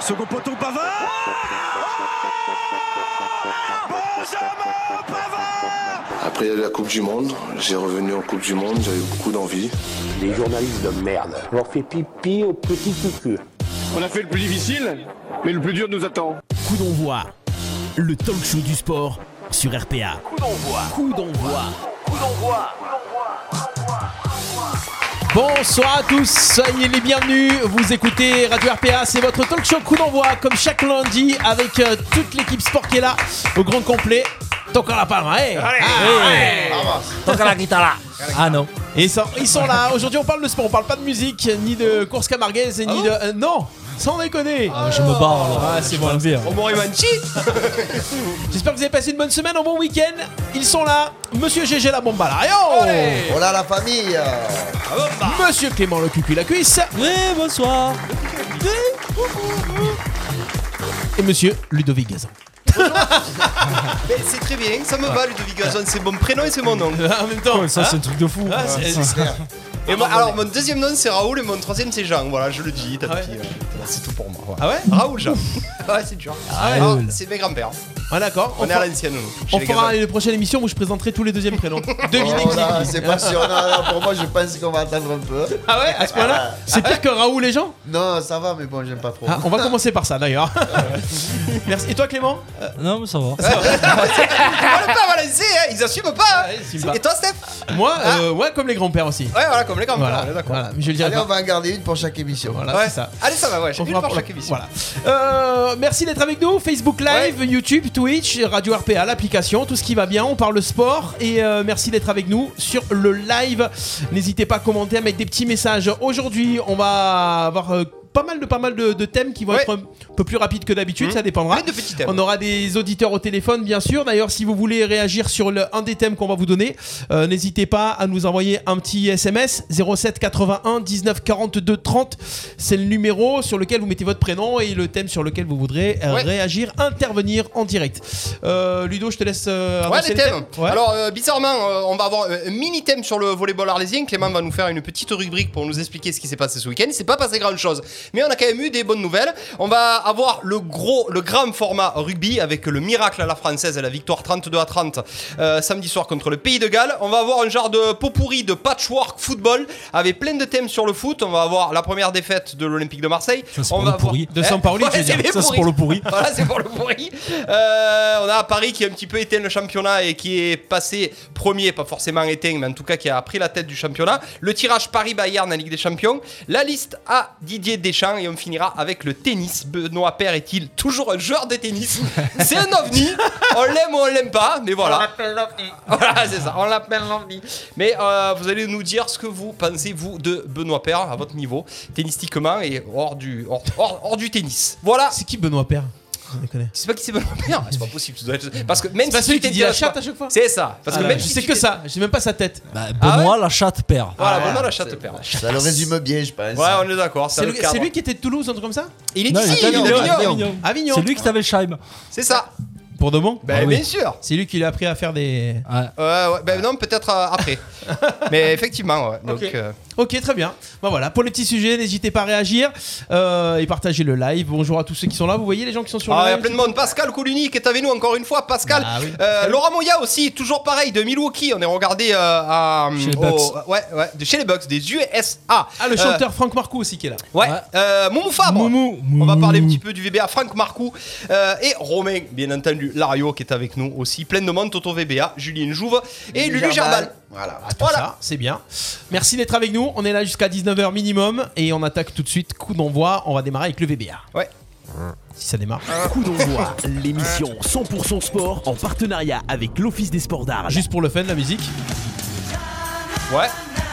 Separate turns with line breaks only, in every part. Second poteau Pavard oh Benjamin Pavard
Après la Coupe du Monde, j'ai revenu en Coupe du Monde, j'avais beaucoup d'envie.
Les journalistes de merde. On leur fait pipi au petit cucu.
On a fait le plus difficile, mais le plus dur nous attend.
Coup d'envoi, le talk show du sport sur RPA.
Coup d'envoi.
Coup d'envoi.
Coup d'envoi.
Bonsoir à tous, soyez les bienvenus. Vous écoutez Radio RPA, c'est votre talk show coup d'envoi, comme chaque lundi, avec euh, toute l'équipe sport qui est là, au grand complet. Toca la hein, eh. palma, hey
Toca la guitare
Ah non. Et ils sont, ils sont là, aujourd'hui on parle de sport, on parle pas de musique, ni de course camarguaise, ni de. euh, non Sans déconner
Je me barre là.
Ah, c'est bon.
On m'aurait manchi
J'espère que vous avez passé une bonne semaine, un bon week-end. Ils sont là, Monsieur GG la bomba là. Yo
Voilà la famille
Oh. Monsieur Clément le cucu la cuisse.
Oui, bonsoir.
Et Monsieur Ludovic Gazan.
Mais c'est très bien, ça me va Ludovic Gazon, c'est mon prénom et c'est mon nom.
en même temps,
Ça, c'est un truc de fou.
Ah, c'est- c'est-
Et moi- alors mon deuxième nom c'est Raoul et mon troisième c'est Jean, voilà je le dis, tant
Ah Ouais.
pis, euh, c'est tout pour moi. voilà.
ah ouais
Raoul Jean. Ah ouais c'est dur. Alors, c'est mes grands-pères,
Ah d'accord.
on, est
fera-
à l'ancienne nous. chez
on
les
fera
Gazon.
une prochaine émission où je présenterai tous les deuxièmes prénoms. Devinez
Oh
qui
là,
c'est
c'est
qui.
passionnant, là, pour moi je pense qu'on va attendre un peu.
Ah ouais, à ce point-là C'est pire que Raoul les gens
Non, ça va, mais bon, j'aime pas trop.
Ah, On va commencer par ça d'ailleurs. Merci. Et toi Clément
Non, mais ça va.
Ils veulent pas balancer, hein, ils assument pas. hein.
Ouais, ils assument pas.
Et toi Steph
Moi, euh, ouais, comme les grands-pères aussi.
Ouais voilà comme les grands-pères,
Voilà,
on est d'accord.
voilà. Mais je le dirai
Allez, on
pas.
va en garder une pour chaque émission.
Voilà,
Ouais.
c'est ça.
Allez ça va ouais, j'ai
On
une
fera
pour
pour
chaque
le-
émission.
Voilà. Euh, merci d'être avec nous. Facebook Live, YouTube, Twitch, Radio RPA, l'application, tout ce qui va bien. On parle sport et euh, merci d'être avec nous sur le live. N'hésitez pas à commenter, à mettre des petits messages. Aujourd'hui, on va avoir euh, pas mal de pas mal de, de thèmes qui vont
Ouais. Mmh.
être un peu plus rapides que d'habitude. Ça dépendra.
Plein de petits thèmes.
On aura des auditeurs au téléphone, bien sûr. D'ailleurs, si vous voulez réagir sur le- un des thèmes qu'on va vous donner, euh, n'hésitez pas à nous envoyer un petit SMS 07 81 19 42 30. C'est le numéro sur lequel vous mettez votre prénom et le thème sur lequel vous voudrez euh,
Ouais.
réagir, intervenir en direct. Euh, Ludo, je te laisse. euh,
Ouais,
annoncer
les
le
thèmes.
thème. Ouais.
Alors, euh, bizarrement, euh, on va avoir euh, un mini thème sur le volleyball arlésien. Clément va nous faire une petite rubrique pour nous expliquer ce qui s'est passé ce week-end. Il s'est pas passé grand chose, mais on a quand même eu des bonnes nouvelles. On va avoir le gros, le grand format rugby avec le miracle à la française et la victoire 32 à 30 euh, samedi soir contre le pays de Galles. On va avoir un genre de pot pourri de patchwork football avec plein de thèmes sur le foot. On va avoir la première défaite de l'Olympique de Marseille.
Ça, c'est
on
pour
va
le pourri.
De Sampaoli,
Ouais,
je veux
c'est
dire.
des
Ça, c'est
pourris.
pour le pourri.
Voilà, c'est pour le pourri. Euh, on a Paris qui a un petit peu éteint le championnat et qui est passé premier, pas forcément éteint, mais en tout cas qui a pris la tête du championnat. Le tirage Paris-Bayern en Ligue des Champions. La liste à Didier Deschamps et on finira avec le tennis. Benoît Père est-il toujours un joueur de tennis C'est un ovni. On l'aime ou on l'aime pas, mais voilà. Voilà, c'est ça, on l'appelle l'envie. Mais euh, vous allez nous dire ce que vous pensez, vous, de Benoît Père, à votre niveau, tennistiquement et hors du, hors, hors- hors du tennis. Voilà.
C'est qui Benoît Père Je le connais.
C'est pas qui c'est Benoît Père C'est pas possible. ça doit être- Parce que même
C'est pas
si
celui
tu
qui dit la
t'intéresses
chatte
pas-
à chaque fois
C'est ça. Parce que
Ah,
même
Je
si
sais
tu
que
t'es-
ça, je sais même pas sa tête.
Bah,
Ah
Benoît, la chatte perd.
Voilà, Benoît la chatte Père. Ouais,
Ça le résume bien, je pense.
on est d'accord.
C'est
C'est
lui,
le
c'est
cadre.
lui qui était de Toulouse, un truc comme ça
Il est
Non, il
ici,
était
il est
mignon,
de
il était
Lyon.
mignon.
Avignon.
C'est lui qui t'avait le Scheim.
C'est ça.
Pour de bon
Ben,
Ah oui.
bien sûr.
C'est lui qui lui a appris à faire des.
Euh, ouais, ben non, peut-être euh, après. Mais effectivement, ouais. Donc,
Ok.
euh,
Ok, très bien. Bah voilà, pour les petits sujets, n'hésitez pas à réagir euh, et partager le live. Bonjour à tous ceux qui sont là. Vous voyez les gens qui sont sur
Ah, il
le
y a
live
plein de monde. Pascal Couluni qui est avec nous encore une fois. Pascal.
Bah
Ah oui.
Euh, Laura Moya aussi, toujours pareil, de Milwaukee. On est regardé euh, à.
Chez les
au-
Bucks.
ouais, ouais, de chez les Bucks, des USA.
Ah, le
Euh,
chanteur Franck Marcoux aussi qui est là.
ouais.
Ouais.
Euh, Moumou Fabre.
Moumou.
On va
Moumou.
parler un petit peu du VBA. Franck Marcoux euh, et Romain, bien entendu, Lario qui est avec nous aussi. Plein de monde, Toto VBA, Julien Jouve et Lulu Jardal.
Voilà.
Voilà.
Ça, c'est bien. Merci d'être avec nous. On est là jusqu'à 19h minimum et on attaque tout de suite. Coup d'envoi. On va démarrer avec le VBA.
Ouais.
Si ça démarre.
Ah.
Coup d'envoi. L'émission 100% sport en partenariat avec l'Office des sports d'Arles.
Juste pour le fun, la musique.
Ouais,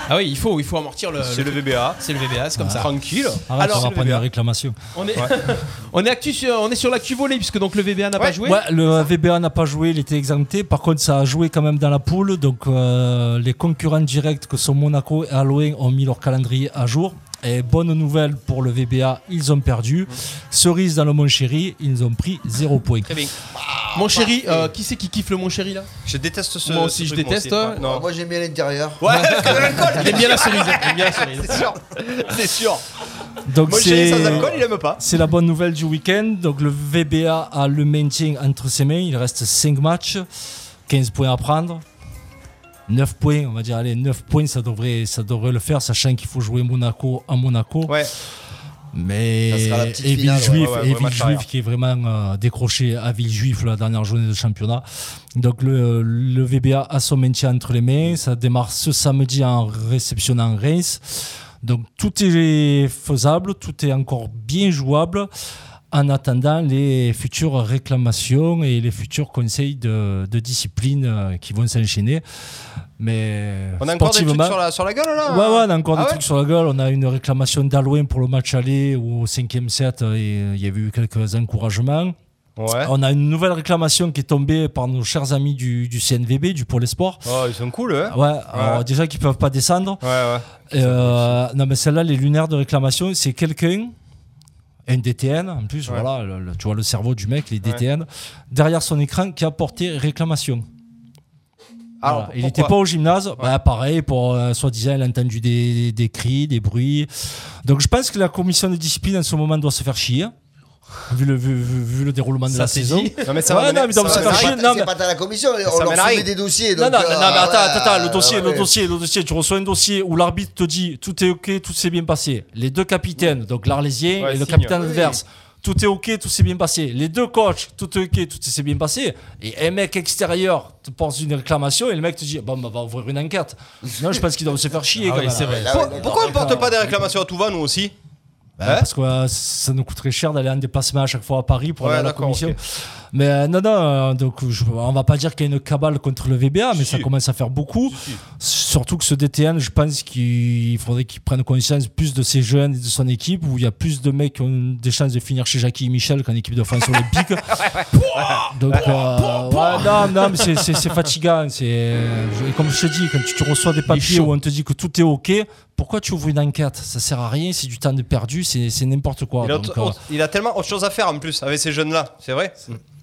Ah oui, il faut, il faut amortir le.
c'est
Euh, le-
le Ah. VBA.
C'est le VBA, c'est comme ça.
Tranquille.
Arrête,
Alors,
on va prendre une réclamation.
On est, on est actu sur, on est sur l'actu volée puisque donc le VBA n'a pas
Ouais.
joué.
Ouais, le VBA n'a pas joué, il était exempté. Par contre, ça a joué quand même dans la poule. Donc, euh, les concurrents directs que sont Monaco et Halloween ont mis leur calendrier à jour. Et bonne nouvelle pour le VBA, ils ont perdu. Cerise dans le Mont-Chéri, ils ont pris 0 point.
Très bien.
Mon chéri, euh, qui c'est qui kiffe le mon chéri là
Je déteste Ah, bah, ce.
Moi aussi,
ce
je
truc,
déteste. hein.
aussi. Ouais, non.
Moi j'aime bien l'intérieur.
Ouais, parce que l'alcool,
J'aime bien la cerise. J'aime bien la cerise.
c'est sûr. C'est sûr.
Donc
Mon chéri
c'est
sans alcool, il aime pas.
c'est la bonne nouvelle du week-end. Donc le VBA a le maintien entre ses mains. Il reste 5 matchs, 15 points à prendre. 9 points, on va dire, allez, 9 points, ça devrait, ça devrait le faire, sachant qu'il faut jouer Monaco à Monaco.
Ouais.
Mais
Ça sera la petite
et
finale,
Villejuif,
ouais, ouais, ouais,
et
match
Villejuif
arrière.
qui est vraiment euh, décroché à Villejuif la dernière journée de championnat. Donc le, le VBA a son maintien entre les mains. Ça démarre ce samedi en réceptionnant Reims. Donc tout est faisable, tout est encore bien jouable en attendant les futures réclamations et les futurs conseils de, de discipline euh, qui vont s'enchaîner. Mais
On a encore des trucs
sportivement-
sur la, sur la gueule là
Ouais, ouais, on a encore
Ah
des
ouais
trucs sur la gueule. On a une réclamation d'Halloween pour le match aller où au cinquième set, euh, et il y avait eu quelques encouragements.
Ouais.
On a une nouvelle réclamation qui est tombée par nos chers amis du, du CNVB, du Pôle Sport.
Oh, ils sont cool, hein
Ouais, alors déjà qu'ils peuvent pas descendre.
Ouais, ouais.
Euh, non, mais celle-là, les lunaires de réclamation, c'est quelqu'un, un DTN, en plus,
Ouais.
voilà, le- le- tu vois le cerveau du mec, les DTN, derrière son écran qui a porté réclamation.
Ah,
Alors,
Voilà. Il
pourquoi
n'était pas au gymnase, Bah, pareil, pour euh, soi-disant, il a entendu des, des cris, des bruits. Donc je pense que la commission de discipline en ce moment doit se faire chier, vu le, vu, vu- vu le déroulement de
Ça,
la
c'est
saison.
dit.
Non, mais ça
Ouais,
va mener-
non, mais dans-
ça
ça
va
va
mener-
chier.
C'est
non,
pas, c'est
mais-
pas ta la commission, on
Ça
leur
mène à rien.
soumet des dossiers.
Non,
donc,
non, non,
euh,
non, mais attends,
voilà.
attends, attends, le dossier, le
Ouais.
dossier, le dossier, tu reçois un dossier où l'arbitre te dit tout est ok, tout s'est bien passé. Les deux capitaines, donc l'Arlésien
Ouais,
et le
signe.
capitaine adverse, tout est ok, tout s'est bien passé. Les deux coachs, tout est ok, tout s'est bien passé. Et un mec extérieur te pose une réclamation et le mec te dit bon, bah, on va ouvrir une enquête. Non, je pense qu'ils doivent se faire
Ah
Ah,
chier. quand même.
vrai.
Là, ouais,
Pour-
d'accord.
Pourquoi on porte pas des réclamations à tout va, nous aussi
Bah,
Hein
parce que euh, ça nous coûterait cher d'aller en déplacement à chaque fois à Paris pour
Ouais,
aller à la
d'accord,
commission. Mais euh, non, non, euh, donc je- on va pas dire qu'il y a une cabale contre le VBA, mais
Si.
ça commence à faire beaucoup. Surtout que ce DTN, je pense qu'il faudrait qu'il prenne conscience plus de ses jeunes et de son équipe, où il y a plus de mecs qui ont des chances de finir chez Jackie et Michel qu'en équipe de France olympique. Donc, euh, ouais, non, non, mais c'est- c'est c'est fatigant. C'est je- comme je te dis, quand tu, tu reçois des papiers où on te dit que tout est ok, pourquoi tu ouvres une enquête Ça sert à rien, c'est du temps de perdu, c'est c'est n'importe quoi.
il a,
Donc,
autre-
euh,
autre- il a tellement autre chose à faire en plus avec ces jeunes-là, c'est vrai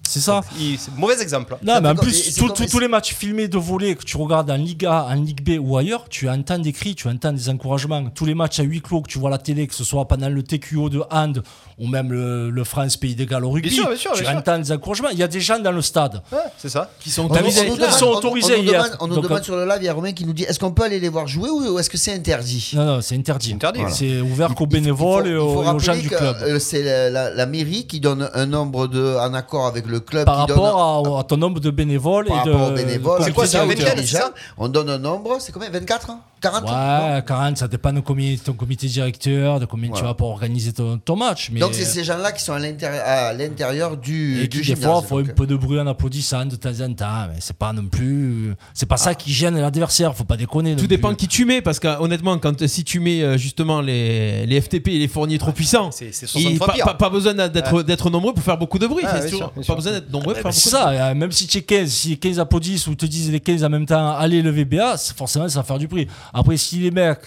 c'est ça.
Il- C'est mauvais exemple.
Non,
Ça
mais
fait
en
comme-
plus,
c'est- c'est
tout-
comme-
tout- tous les matchs filmés de volée que tu regardes en Ligue A, en Ligue B ou ailleurs, tu entends des cris, tu entends des encouragements. Tous les matchs à huis clos que tu vois à la télé, que ce soit pendant le TQO de Hand ou même le, le France Pays de Galles au rugby,
Bien sûr, bien sûr,
tu
bien sûr.
entends des encouragements. Il y a des gens dans le stade.
Ouais, c'est ça.
Qui sont
T'as
On
vu,
nous- on
autorisés.
nous
ils
demande-
sont
on- on
autorisés
nous
hier.
demande- On nous
Donc,
demande
euh,
sur le live, il y a Romain qui nous dit est-ce qu'on peut aller les voir jouer ou ou est-ce que c'est interdit
Non, non, c'est interdit.
Interdit.
Voilà. C'est ouvert qu'aux
Il faut-
bénévoles
il
et
faut
aux, et aux
rappeler
gens du
que,
club.
euh, c'est la, la- la mairie qui donne un nombre de, en accord avec le club.
Par
qui
rapport
donne,
à, à ton nombre de bénévoles
par
et de.
rapport aux bénévoles,
de
C'est quoi,
aux
c'est un
comité
vingtaine,
directeur.
c'est ça
dirigeants, On donne un nombre, c'est combien 24 hein 40
Ouais, 40, ça dépend de combien- ton comité directeur, de combien tu vas pour organiser ton, ton match. Mais... euh,
Donc c'est ces gens-là qui sont à l'intérieur- à l'intérieur du,
Et
du
qui, des
gymnase.
fois, faut
euh.
donc.
un peu de bruit en applaudissant de temps en temps, mais c'est pas non plus. euh, C'est pas ça qui gêne l'adversaire, faut pas déconner.
Ah.
euh,
Tout dépend qui tu mets, parce que honnêtement, quand si tu mets euh, justement les, les FTP et les fourniers trop puissants,
C'est c'est
il-
60 fois
pas,
pire.
pas- pas besoin d'être d'être nombreux pour faire beaucoup de bruit.
Ah,
c'est
bien
sûr.
sûr, bien
pas
sûr.
besoin d'être nombreux pour faire beaucoup
C'est
de bruit.
ça, euh, même si tu es 15, si les 15 applaudissent ou te disent les 15 en même temps, allez le VBA, c'est- forcément ça va faire du prix. Après, si les mecs,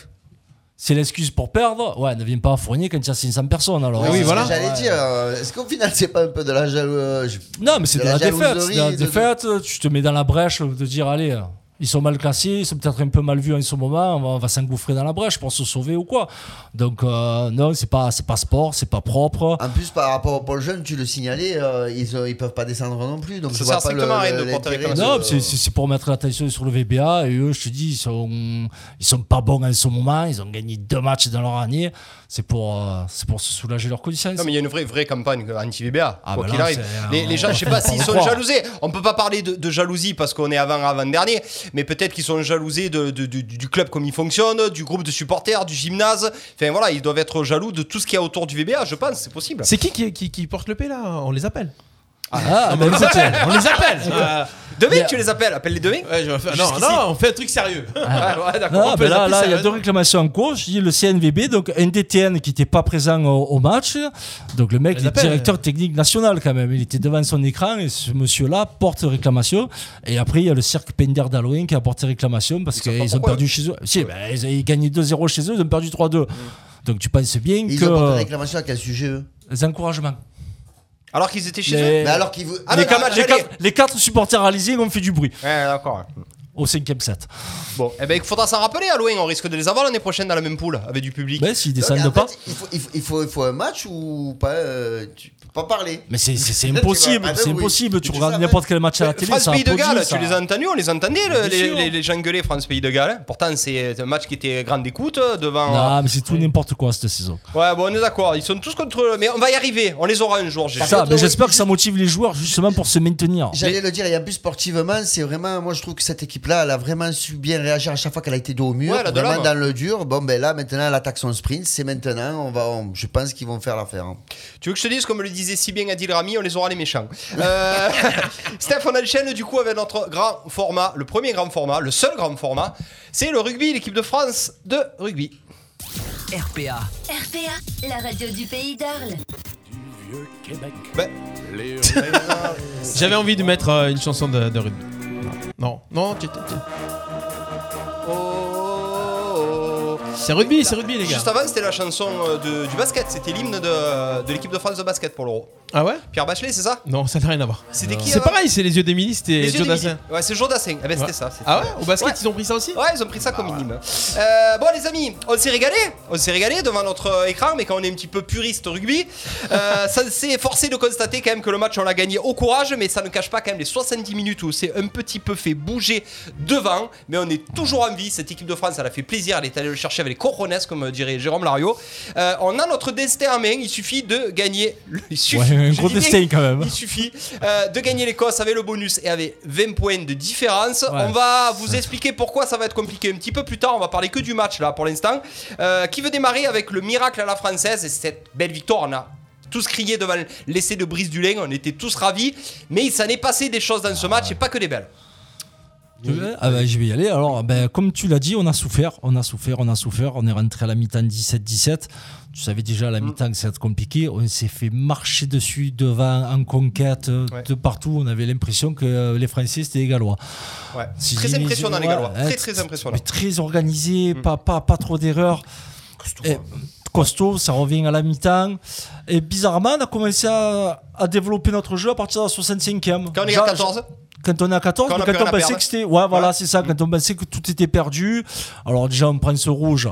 c'est l'excuse pour perdre, ouais, ne viens pas à Fournier quand il y a 500 personnes alors. euh,
Ah oui,
C'est ce
voilà.
que J'allais dire, euh, est-ce qu'au final, c'est pas un peu de la jalousie euh,
Non, mais c'est de,
De
la,
la
défaite.
jalouserie,
c'est de la
de-
défaite. Tu te mets dans la brèche de dire allez, euh, ils sont mal classés, ils sont peut-être un peu mal vus en ce moment. On va, on va s'engouffrer dans la brèche pour se sauver ou quoi. Donc euh, non, c'est pas c'est pas sport, c'est pas propre.
En plus, par rapport au pôle jeune, tu le signalais, euh, ils, ont- ils peuvent pas descendre non plus. Donc
Ça
je vois
sert
pas le-
strictement à rien de
le-
porter
l'intérêt
Non,
de-
c'est- c'est c'est pour mettre l'attention sur le VBA. Et eux, je te dis, ils sont, ils sont pas bons en ce moment. Ils ont gagné deux matchs dans leur année. C'est pour, euh, c'est pour se soulager leur conscience.
Non, mais il y a une vraie, vraie campagne anti-VBA.
Ah,
quoi
bah
qu'il
là,
arrive.
c'est-
Les, les gens, je sais pas
on
s'ils
peut
sont
croire.
jalousés. On peut pas parler de, de jalousie parce qu'on est avant, avant-dernier, mais peut-être qu'ils sont jalousés de, de- du, du club comme il fonctionne, du groupe de supporters, du gymnase. Enfin voilà, ils doivent être jaloux de tout ce qu'il y a autour du VBA, je pense, c'est possible.
C'est qui qui, qui qui porte le P là On les appelle.
Ah, bah, vous êtes-
On les appelle.
Demain, tu les appelles, appelle les demain.
Ouais, je vais faire- non,
Jusqu'ici.
non, on fait un truc sérieux.
Ah, ouais, d'accord.
Non,
on
non,
peut
ben
les
là,
appeler
là,
ça, hein.
il y a
ouais.
deux réclamations en cours. Je dis le CNVB, donc un DTN qui n'était pas présent au, au match. Donc le mec,
Les
il est
appels.
directeur technique national quand même. Il était devant son écran et ce monsieur-là porte réclamation. Et après, il y a le cirque Pender d'Halloween qui a porté réclamation parce
savent pas
qu'ils ont
pourquoi.
perdu chez eux. Si, ben, ils, ils gagnaient 2-0 chez eux, ils ont perdu 3-2. Donc tu penses bien
Ils
que
ont porté réclamation à quel sujet eux
les encouragements.
Alors qu'ils étaient chez eux.
Les,
Mais alors qu'ils vous.
Ah,
les
non,
quatre,
non,
les
j'allais-
quatre- les quatre supporters réalisés ont fait du bruit.
Ouais, d'accord.
au cinquième set.
Bon, eh ben, il faudra s'en rappeler à loin. On risque de les avoir l'année prochaine dans la même poule avec du public.
Ben, s'ils
Non, mais
descendent
en
pas.
fait, il, faut, il, faut, il faut- il faut un match ou pas euh, Tu peux pas parler.
Mais c'est c'est- c'est
Peut-être qu'il
impossible,
bah,
va- Ah ben
c'est
oui.
impossible.
Mais
Tu
tu
regardes
sais,
n'importe quel match à la télé,
France
ça
Pays de
applaudit,
Galles,
ça-
tu les as entendus, on les entendait,
Bien
le- les,
sûr.
les- les gens gueuler France Pays de Galles. Pourtant, c'est un match qui était grande écoute euh, devant. euh,
Non, mais c'est tout n'importe quoi cette saison.
Ouais, bon, on est d'accord, ils sont tous contre eux, mais on va y arriver, on les aura un jour, j'ai
Ça,
contre,
mais
oui,
j'espère que
juste-
ça motive les joueurs justement pour se maintenir.
J'allais le dire, il y a plus sportivement, c'est vraiment. Moi, je trouve que cette équipe-là, elle a vraiment su bien réagir à chaque fois qu'elle a été dos au mur.
Ouais, elle a de
vraiment
l'âme.
dans le dur. Bon, ben là, maintenant, elle attaque son sprint. C'est maintenant. On va, on- je pense qu'ils vont faire l'affaire. hein.
Tu veux que je te dise, comme le disait si bien Adil Rami, on les aura les méchants. Euh, Steph, on enchaîne du coup avec notre grand format, le premier grand format, le seul grand format, c'est le rugby, l'équipe de France de rugby.
RPA,
RPA, la radio du pays d'Arles.
Ben.
J'avais envie de mettre euh, une chanson de, de rugby. Non, non, tiens, tiens, tiens.
Oh, oh, oh.
c'est rugby, c'est rugby les gars.
Juste avant, c'était la chanson euh, de- du basket, c'était l'hymne de, de l'équipe de France de basket pour l'Euro.
Ah ouais
Pierre Bachelet, c'est ça
Non, ça n'a rien à voir.
C'était qui
C'est
euh,
pareil, c'est les yeux d'Emilie,
Les
c'était
yeux
Joe
d'Émilie.
Dassin.
Ouais, c'est Joe Dassin. Ah ben, c'était ça. c'était-
Ah ouais Au basket,
Ouais.
ils ont pris ça aussi
Ouais, ils ont pris ça comme une hymne. Euh, bon, les amis, on s'est régalé. On s'est régalé devant notre euh, écran, mais quand on est un petit peu puriste au rugby, euh, ça c'est forcé de constater quand même que le match, on l'a gagné au courage, mais ça ne cache pas quand même les 70 minutes où c'est un petit peu fait bouger devant. Mais on est toujours en vie. Cette équipe de France, elle a fait plaisir. Elle est allée le chercher avec les coronets, comme euh, dirait Jérôme Lario. Euh, on a notre destin en main. Il suffit de gagner. le- Il suffit,
Ouais, un
je
gros
dis bien,
destin quand même.
il suffit euh, de gagner l'Écosse avec le bonus et avec 20 points de différence.
Ouais.
On va vous expliquer pourquoi ça va être compliqué un petit peu plus tard. On va parler que du match là pour l'instant. Euh, qui veut démarrer avec le miracle à la française et cette belle victoire On a tous crié devant l'essai de Brice Dulain. On était tous ravis. Mais il s'en est passé des choses dans ce match et pas que des belles.
Ah bah, je vais y aller. Alors, ben, comme tu l'as dit, on a souffert, on a souffert, on a souffert. On est rentré à la mi-temps 17-17. Tu savais déjà à
Mm.
la mi-temps que ça allait être compliqué. On s'est fait marcher dessus devant en conquête euh,
Ouais.
de partout. On avait l'impression que euh, les Français c'était les Gallois.
Ouais.
Si
Très
j'ai mis-
impressionnant les
ouais,
Gallois.
hein,
Très très impressionnant. Mm.
Mais très organisé, pas, pas, pas trop d'erreurs. Costaud,
Eh,
costaud, ça revient à la mi-temps. Et bizarrement, on a commencé à, à développer notre jeu à partir de la 65e.
Quand on est
Ja-
à 14
quand on est à 14,
Quand on a
mais
plus
quand
rien
on
à
pensait
perdre.
que c'était. Ouais, voilà,
Ouais.
c'est ça. Quand on pensait que tout était perdu. Alors, déjà, on prend ce rouge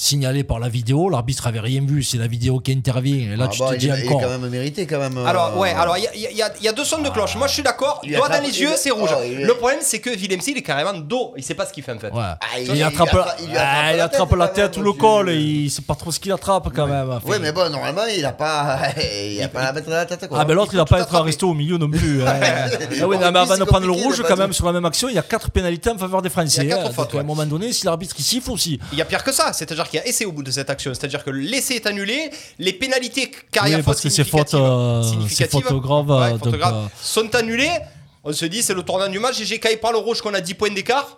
signalé par la vidéo. L'arbitre avait rien vu. C'est la vidéo qui intervient. Et là,
Ah
tu
bah,
te
il,
dis
il est
encore.
quand même mérité, quand même.
Alors,
euh,
ouais, alors il y a- il y, a- il y a deux sons de cloche.
Ah.
Moi, je suis d'accord.
Il
Doigt dans
attrape-
les
il-
yeux, c'est rouge.
oh, il-
Le problème, c'est que Villemc, il est carrément dos. Il sait pas ce qu'il fait en fait.
Ouais.
Ah, il-
il,
il
attrape,
attrape-
la-
il attrape
ah, il
la
attrape
tête, hein,
la
quand
tête ou
même,
le
tu-
col. et Il sait pas trop ce qu'il attrape quand même. Enfin,
Ouais, mais bon, normalement, il a pas, il a pas à mettre dans la tête. Quoi.
Ah ben l'autre il a pas être
attraper.
resto au milieu non plus. hein. ah oui,
En
non, mais
plus,
avant
c'est
de prendre le
compliqué de
rouge
pas
quand
tout-
même sur la même action, il y a quatre pénalités en faveur des Français.
Il y a
hein.
quatre
Donc,
fautes,
à
ouais.
un moment donné, si l'arbitre il siffle aussi.
Il y a pire que ça, c'est-à-dire qu'il y a essai au bout de cette action, c'est-à-dire que l'essai est annulé, les pénalités carrière
Oui, parce que c'est faute, euh,
significatives,
c'est faute grave, euh,
ouais, faute
donc,
grave,
euh,
sont annulées. On se dit c'est le tournant du match, GG quand il parle au rouge qu'on a 10 points d'écart.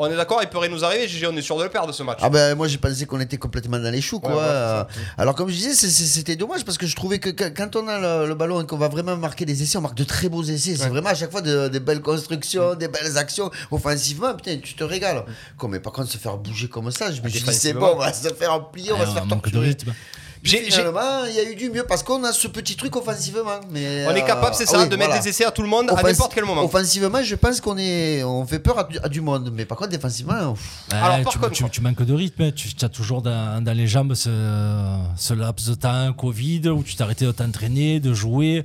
On est d'accord, il peut rien nous arriver, GG on est sûr de le perdre ce match.
Ah ben moi j'ai pensé qu'on était complètement dans les choux quoi.
Ouais, ouais, c'est
Euh, Alors comme je disais c'est- c'est- c'était dommage parce que je trouvais que qu- quand on a le, le ballon et qu'on va vraiment marquer des essais, on marque de très beaux essais. C'est vraiment à chaque fois de- des belles
Mm.
constructions, des belles actions offensivement. Putain tu te régales. Quoi, mais par contre se faire bouger comme ça, je me suis dit c'est
défensivement.
bon, on va se faire plier, on va
Ah,
se faire
manque de
torturer.
rythme.
Puis
J'ai- j'ai-
Finalement il y a eu du mieux parce qu'on a ce petit truc offensivement. Mais
on est
euh,
capable, c'est ça,
ah oui,
de mettre
voilà.
des essais à tout le monde à
Offensi-
n'importe quel moment.
Offensivement, je pense qu'on est, on fait peur à du, à du monde, mais par contre défensivement, pff,
Alors,
Ouais,
par
tu,
contre-
tu- tu manques de rythme, hein. tu as toujours dans, dans les jambes ce, ce laps de temps Covid où tu t'arrêtais de t'entraîner, de jouer.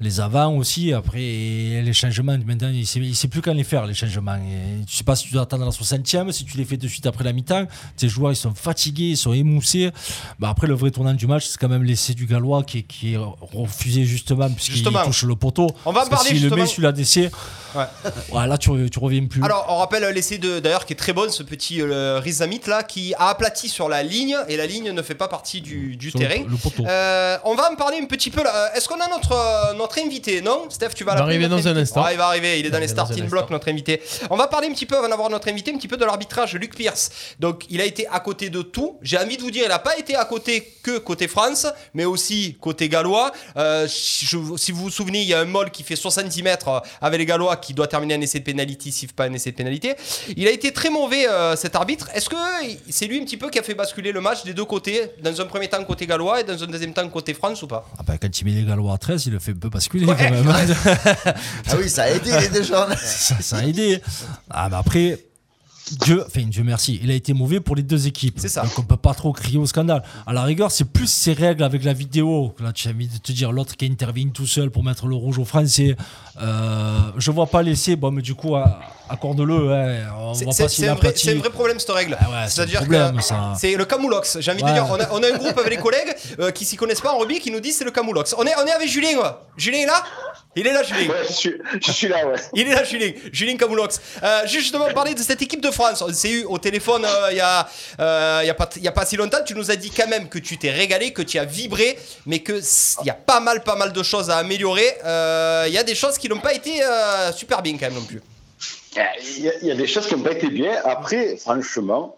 Les avants aussi, après les changements, maintenant il ne sait, il sait plus quand les faire, les changements. Et tu sais pas si tu dois attendre la 60e, si tu les fais de suite après la mi-temps. Tes joueurs ils sont fatigués, ils sont émoussés. Bah, après le vrai tournant du match, c'est quand même l'essai du Gallois qui, est- qui est refusé justement puisqu'il
Justement.
touche le poteau.
On va en
Parce que
parler,
S'il le
justement.
met celui-là d'essai,
Ouais.
ouais, là tu, tu reviens plus.
Alors, on rappelle l'essai de d'ailleurs qui est très bon, ce petit euh, Rizamit là, qui a aplati sur la ligne et la ligne ne fait pas partie du, du
Sur le-
terrain.
le poteau.
Euh, on va en parler un petit peu là. Euh, Est-ce qu'on a notre, euh, notre invité Non Steph, tu vas
Il va
l'appeler,
arriver
notre
dans un
invité
instant.
Ouais, Ah, il va arriver, il est dans les
arriver dans un
starting
instant.
blocks, notre invité. On va parler un petit peu avant d'avoir notre invité, un petit peu de l'arbitrage Luc Pierce. Donc, il a été à côté de tout. J'ai envie de vous dire, il n'a pas été à côté que côté France, mais aussi côté gallois. Euh, je- si vous vous souvenez, il y a un Moll qui fait 70 mètres euh, avec les gallois qui doit terminer un essai de pénalité, s'il fait pas un essai de pénalité. Il a été très mauvais euh, cet arbitre. Est-ce que c'est lui un petit peu qui a fait basculer le match des deux côtés, dans un premier temps côté gallois et dans un deuxième temps côté France ou pas
Ah bah, quand il met les Gallois à 13, il le fait b- basculer quand même.
Ah oui, ça a aidé les deux jaunes.
ça, ça a aidé. Ah, mais après, Dieu, enfin, Dieu merci, il a été mauvais pour les deux équipes.
C'est ça.
Donc on peut pas trop crier au scandale. À la rigueur, c'est plus ces règles avec la vidéo. Là, tu as envie de te dire l'autre qui intervient tout seul pour mettre le rouge aux Français. Euh, je vois pas l'essai. Bon, mais du coup, à- accorde-le. hein. On
C'est-
voit
C'est
pas s'il
c'est
est
un, vrai-
aplati.
c'est un vrai problème cette règle.
Ah ouais, c'est un
C'est-à-dire
problème,
que
ça.
c'est le camoulox. J'ai envie de
Ouais.
dire, on a, on a un groupe avec les collègues euh, qui s'y connaissent pas en rugby qui nous disent c'est le camoulox. On est, on est avec Julien. ouais. Julien est là Il est là, Julien.
Ouais, je suis, je suis là, ouais.
Il est là, Julien. Julien Camoulox. Euh, juste justement, parler de cette équipe de France. On s'est eu au téléphone euh, il y a, euh, il y a, pas- il y a pas si longtemps. Tu nous as dit quand même que tu t'es régalé, que tu as vibré, mais que s- il y a pas mal, pas mal de choses à améliorer. Euh, Il y a des choses qui n'ont pas été euh, super bien quand même non plus.
Euh, Il y, a- il y a des choses qui n'ont pas été bien. Après, franchement,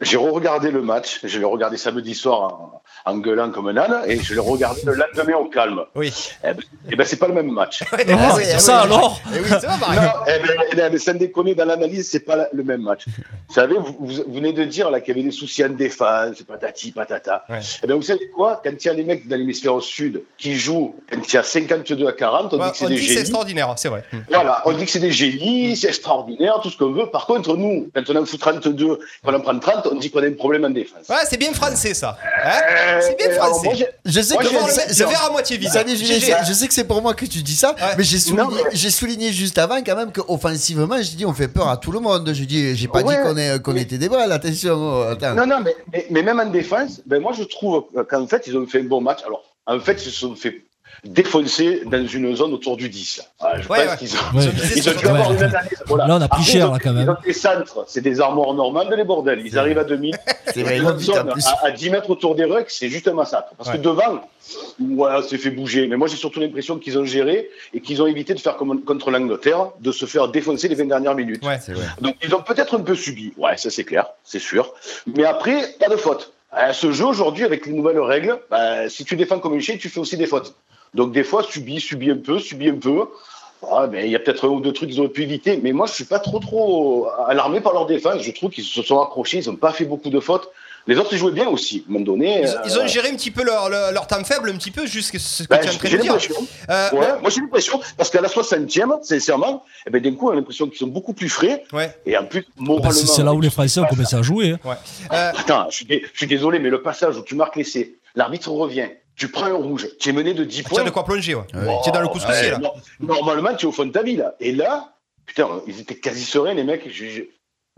j'ai regardé le match. Je l'ai regardé samedi soir en, en gueulant comme un âne et je l'ai regardé le lendemain au calme.
Oui.
Eh ben, eh ben, c'est pas le même match.
Ah,
oui,
c'est
ah
ça
oui.
alors
Eh oui, c'est pas pareil.
Non, eh ben, eh ben, mais sans déconner, dans l'analyse, c'est pas la- le même match. Vous savez, vous, vous- vous venez de dire là qu'il y avait des soucis en défense, patati, patata.
Ouais.
Eh ben, vous savez quoi Quand il y a les mecs dans l'hémisphère sud qui jouent, quand il y a 52 à 40, on
Ouais,
dit que
Bah, on
c'est des
dit que c'est
génies. Hmm.
extraordinaire, Mm. c'est vrai.
Voilà, on dit que c'est des génies, c'est extraordinaire, tout ce qu'on veut. Par contre, nous, quand on en fout 32, qu'on en prend 30, on dit qu'on a un problème en défense.
Ouais, c'est bien français ça. Hein
Euh,
c'est bien
euh, alors, moi,
français.
j'ai-
Je sais
Moi,
que
je vais-
Devant le,
c'est-
le
c'est-
verre à moitié vide.
Salut Julien,
GG.
c'est- je sais que c'est pour moi que tu dis ça, mais j'ai
Non,
souligné,
mais-
j'ai souligné juste avant quand même qu'offensivement, j'ai dit on fait peur à tout le monde. Je dis, j'ai pas
Ouais,
dit qu'on est- qu'on
mais-
était des balles, attention. oh, attends.
Non, non, mais, mais, mais même en défense, ben moi je trouve qu'en fait, ils ont fait un bon match. Alors, en fait, ils se sont fait défoncer dans une zone autour du 10. là. Ah, je
Ouais,
pense
ouais.
qu'ils ont,
Ouais.
ils ont dû
Ouais. Bah,
avoir une analyse. Voilà.
Là, on a pris
Après,
cher,
ils ont-
là, quand même.
Ils ont des centres, c'est des armoires normandes, les bordels. Ils arrivent à 2000.
C'est vrai,
Ils
ils vont vite en
zone
plus.
à, à 10 mètres autour des rucks, c'est juste un massacre. Parce
Ouais.
que devant, voilà, c'est fait bouger. Mais moi, j'ai surtout l'impression qu'ils ont géré et qu'ils ont évité de faire comme contre l'Angleterre, de se faire défoncer les 20 dernières minutes.
Ouais.
Donc ils ont peut-être un peu subi, ouais, ça c'est clair, c'est sûr. Mais après, pas de faute. À ce jeu aujourd'hui, avec les nouvelles règles, bah, si tu défends comme une chienne, tu fais aussi des fautes. Donc des fois, subis, subis un peu, subis un peu. Ah, ben, Il y a peut-être un ou deux trucs qu'ils auraient pu éviter, mais moi je suis pas trop trop alarmé par leur défense. Je trouve qu'ils se sont accrochés, ils n'ont pas fait beaucoup de fautes. Les autres ils jouaient bien aussi, à un moment donné.
Ils,
euh,
ils ont géré un petit peu leur, leur, leur temps faible, un petit peu, jusqu'à ce que
ben,
tu es en train
j'ai
de dire.
l'impression.
Euh,
Ouais, moi j'ai l'impression, parce qu'à la 60e, sincèrement, eh ben, d'un coup on a l'impression qu'ils sont beaucoup plus frais,
Ouais.
et en plus,
Bah,
moralement.
C'est c'est là où les
avec ce qui
Français ont
se passe,
commencé à jouer. hein.
Euh,
Attends, je suis, dé- je suis désolé, mais le passage où tu marques l'essai, l'arbitre revient, tu prends un rouge, tu es mené de 10
Tu as
points.
de quoi plonger, ouais.
Oh,
Tu es dans le coup
ouais,
là.
non- normalement, tu es au fond de ta vie, là. Et là, putain, ils étaient quasi sereins, les mecs. Je- je-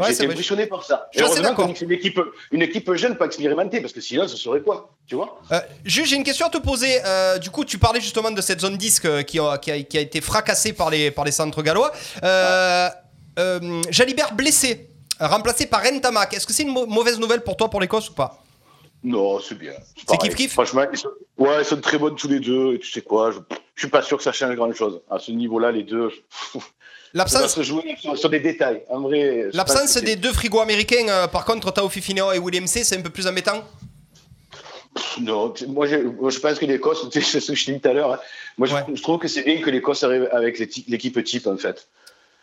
Ouais,
J'ai
c'est
été
vrai.
impressionné par ça.
Je suis assez
Heureusement
d'accord.
qu'on dit que C'est une équipe, une équipe jeune, pas expérimentée, parce que sinon, ce serait quoi Tu vois
Euh, Jules, j'ai une question à te poser. Euh, du coup, tu parlais justement de cette zone disque euh, qui a, qui a, qui a été fracassée par les, par les centres gallois. Euh, euh, Jalibert blessé, remplacé par Ntamak. Est-ce que c'est une mau- mauvaise nouvelle pour toi, pour l'Écosse ou pas
Non, c'est bien.
C'est
pareil.
kiff-kiff
Franchement, ils sont, ouais, ils sont très bonnes tous les deux. Et tu sais quoi je, je suis pas sûr que ça change grand-chose. À ce niveau-là, les deux, ça va
L'absence.
se jouer sur, sur des détails. En vrai, je sais pas
L'absence
ce que
des deux frigos américains, euh, par contre, Tao Fifineo et William C, c'est un peu plus embêtant.
Non, tu- moi je, moi, je pense que l'Écosse, tu sais, c'est ce que je t'ai dit tout à l'heure, hein. moi je,
Ouais.
je trouve que c'est bien que l'Écosse arrive avec les ti- l'équipe type en fait.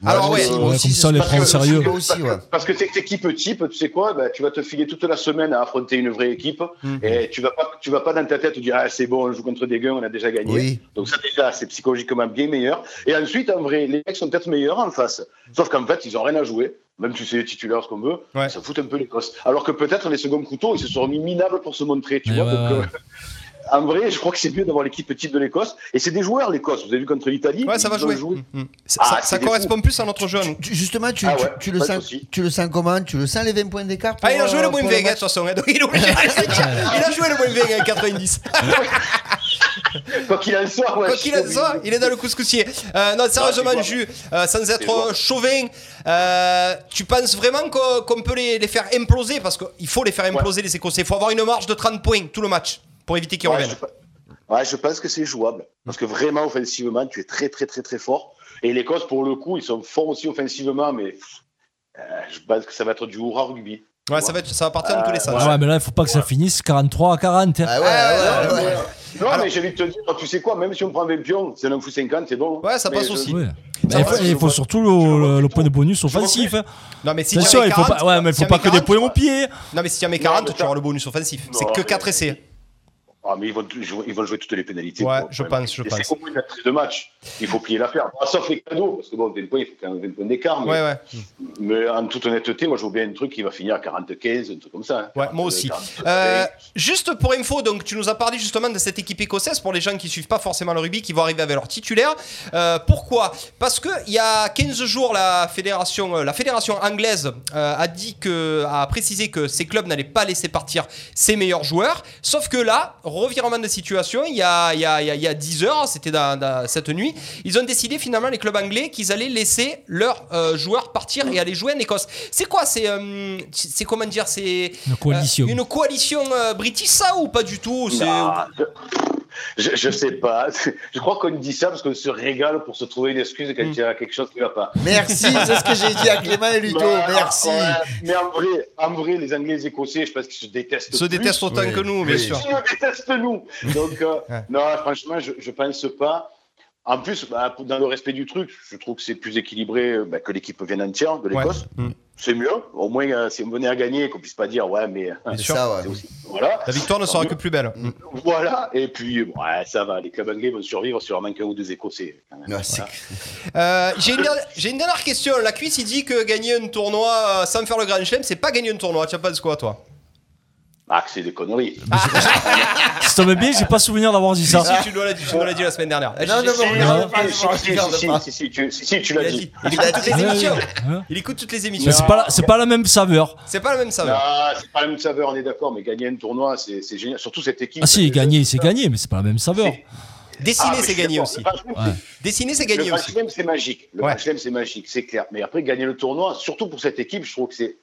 Alors, ouais.
moi
Ouais, comme ça, on les
c'est-
prend au
parce que-
sérieux.
moi aussi, ouais.
Parce que cette équipe type, tu sais quoi, ben, tu vas te filer toute la semaine à affronter une vraie équipe
Mm.
et tu vas pas, tu vas pas dans ta tête te dire ah c'est bon, on joue contre des gueux, on a déjà gagné.
Oui.
Donc ça déjà, c'est psychologiquement bien meilleur. Et ensuite, en vrai, les mecs sont peut-être meilleurs en face. Sauf qu'en fait, ils ont rien à jouer. Même si c'est titulaire, ce qu'on veut,
Ouais.
ça fout un peu l'Écosse. Alors que peut-être les seconds couteaux, ils se sont remis minables pour se montrer, tu
Mais
vois.
ouais,
donc,
ouais.
euh, en vrai, je crois que c'est mieux d'avoir l'équipe type de l'Écosse. Et c'est des joueurs, l'Écosse. Vous avez vu contre l'Italie
Ouais, ça
ils
va
ont
jouer.
joué.
Mm, mm. Ça, ça-
Ah, c'est
ça
des
correspond plus à notre jeu, à nous.
Tu- tu- Justement, tu,
Ah
tu-
ouais,
tu le
pas de
sens,
souci.
tu le sens comment Tu le sens les 20 points d'écart pour,
Ah, il a joué
euh,
le
pour
Moinveg, de
match
toute façon, hein, donc il est obligé de se dire. Il a joué le Moinveg en 90.
Quoi qu'il en soit, ouais,
Quoi
je
qu'il en
trouve-
soit, il est dans le couscoussier. Euh, non, sérieusement,
Ah, c'est
Ju, euh, sans être
jouable.
euh, chauvin, euh, tu penses vraiment qu'on qu'on peut les, les faire imploser Parce qu'il faut les faire imploser, les Écossais. Il faut avoir une marge de 30 points tout le match pour éviter qu'ils
Ouais,
reviennent.
je- ouais, je pense que c'est jouable. Parce que vraiment, offensivement, tu es très, très, très, très fort. Et l'Écosse, pour le coup, ils sont forts aussi offensivement, mais pff, euh, je pense que ça va être du hurrah rugby.
Ouais, ça va, être- ça va partir dans
Euh,
tous les sens.
Ah ouais, mais là, il faut pas que ça finisse 43 à 40. hein.
Ah ouais, ouais, ouais, ouais.
Non,
Alors-
mais j'ai envie de te dire, tu sais quoi, même si on prend 20 pions, c'est un fou 50, c'est bon. hein.
Ouais, ça
Mais
passe
je-
aussi.
Ouais.
Ça
Et il
va,
faut, et
je
il faut
vois-
surtout le, le- le point de bonus
vois
offensif. hein.
Non, mais si
C'est
tu
sûr,
mets
il faut
40,
pas, ouais, mais il
si
faut
tu
pas
mets
que des
40,
points au pied.
Non, mais si tu en mets
Non,
40,
mais
tu
ça-
auras le bonus offensif. C'est
Non,
que
mais-
4 essais.
Ah, mais ils vont, jou- ils vont jouer toutes les pénalités.
Ouais,
Bon,
je
ouais.
pense, je
Et
pense.
C'est comme une actrice de match. Il faut plier l'affaire. Ah, sauf les cadeaux, parce que bon, 20 points, il faut quand même 20 points d'écart. Mais,
Ouais, ouais.
mais en toute honnêteté, moi, je vois bien un truc qui va finir à 45, un truc comme ça. hein.
Ouais, moi aussi.
42,
Euh, juste pour info, donc tu nous as parlé justement de cette équipe écossaise pour les gens qui suivent pas forcément le rugby, qui vont arriver avec leur titulaire. Euh, pourquoi Parce que il y a 15 jours, la fédération, euh, la fédération anglaise euh, a dit que, a précisé que ces clubs n'allaient pas laisser partir ses meilleurs joueurs. Sauf que là, revirement de situation, il y a, il y a- il y a- il y a 10 heures, c'était dans- dans cette nuit, ils ont décidé finalement les clubs anglais qu'ils allaient laisser leurs euh, joueurs partir et aller jouer en Écosse. C'est quoi C'est, euh, c'est comment dire C'est
Une coalition.
euh, une coalition euh, british, ça ou pas du tout C'est-
Non, Ah, je, je sais pas. Je crois qu'on dit ça parce qu'on se régale pour se trouver une excuse
Mm.
quand il y a quelque chose qui va pas.
Merci, c'est ce que j'ai dit à Clément et Ludo.
Bah,
Merci.
ouais, mais en vrai, en vrai, les Anglais et les Écossais, je pense qu'ils se détestent.
se
plus.
détestent autant
Oui,
que nous, bien
oui.
sûr.
Ils nous détestent, nous. Donc, euh,
Ouais.
non, franchement, je, je pense pas. En plus, bah, pour- dans le respect du truc, je trouve que c'est plus équilibré euh, bah, que l'équipe vienne entière de l'Écosse.
Ouais. Mm.
C'est mieux. Au moins, euh, si on venait à gagner, qu'on puisse pas dire, ouais, mais. euh,
Bien
C'est
sûr.
ça, ouais.
c'est aussi- Voilà.
La victoire ne
Ah.
sera que plus belle.
Voilà, et puis bon, ouais, ça va, les clubs anglais vont survivre sur un manque un ou deux Écossais. quand même.
Ouais, c'est-
Voilà.
Euh, J'ai une, dernière- j'ai une dernière question. La cuisse, il dit que gagner un tournoi euh, sans faire le grand chelem, c'est pas gagner un tournoi. Tu as pas de quoi, toi
Ah, que c'est des conneries.
Si t'en veux bien, j'ai pas souvenir d'avoir dit ça.
Si, tu nous l'as dit, tu nous l'as dit la semaine dernière. Eh,
Non,
j'ai-
non,
j'ai-
mais regarde pas,
Si, si,
regarde
si,
pas.
si, si, tu- si, si, tu
il
l'as
a
dit.
dit. Il écoute toutes les
Ah, Ouais, ouais,
émissions.
ouais.
Il écoute toutes les
Hein Mais
émissions.
c'est pas, la- c'est pas la même saveur.
C'est pas la même
Non,
saveur.
Ah, c'est pas la même saveur, on est d'accord, mais gagner un tournoi, c'est c'est génial. Surtout cette équipe. euh,
Ah si, gagner, c'est gagner, mais c'est pas la même saveur.
Ah,
Dessiner,
mais je
c'est
suis
gagner
d'accord.
aussi.
Le match-
Dessiner, c'est
Le
gagner
match
aussi.
même, c'est magique. Le
Ouais.
match même, c'est magique, c'est clair. Mais après, gagner le tournoi, surtout pour cette équipe, je trouve que c'est.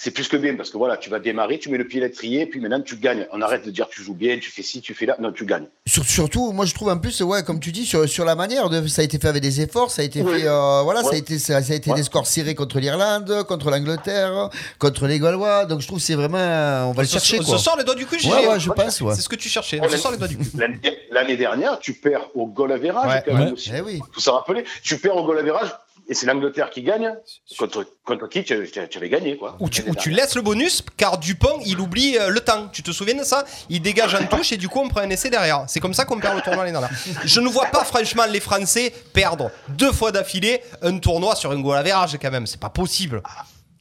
C'est plus que bien parce que voilà, tu vas démarrer, tu mets le pied à l'étrier, puis maintenant tu gagnes. On arrête de dire tu joues bien, tu fais ci, tu fais là. Non, tu gagnes.
Sur- surtout, moi je trouve en plus, ouais, comme tu dis, sur, sur la manière, de, ça a été fait avec des efforts, ça a été
Ouais.
fait, euh, voilà, ça a
Ouais.
été, ça, ça a été
Ouais.
des scores serrés contre l'Irlande, contre l'Angleterre, contre les Gaulois. Donc je trouve que c'est vraiment, euh, on va le
Ce-
chercher
Ce
quoi.
soir, le doigt du cul, j'ai.
Ouais, ouais, je pense, ouais.
C'est ce que tu cherchais.
Ouais,
Ce soir, le doigt du cul.
L'année l'année dernière, tu perds au goal average
Ouais,
quand même
ouais.
aussi.
Eh oui.
Faut s'en rappeler. Tu perds au goal average et c'est l'Angleterre qui gagne contre, contre qui tu, tu- tu avais gagné quoi.
Ou tu,
L'année
ou tu
dernière.
laisses le bonus car Dupont il oublie euh, le temps. Tu te souviens de ça Il dégage en touche et du coup on prend un essai derrière. C'est comme ça qu'on perd le tournoi l'année dernière. Je ne vois pas franchement les Français perdre deux fois d'affilée un tournoi sur un goal average quand même. C'est pas possible.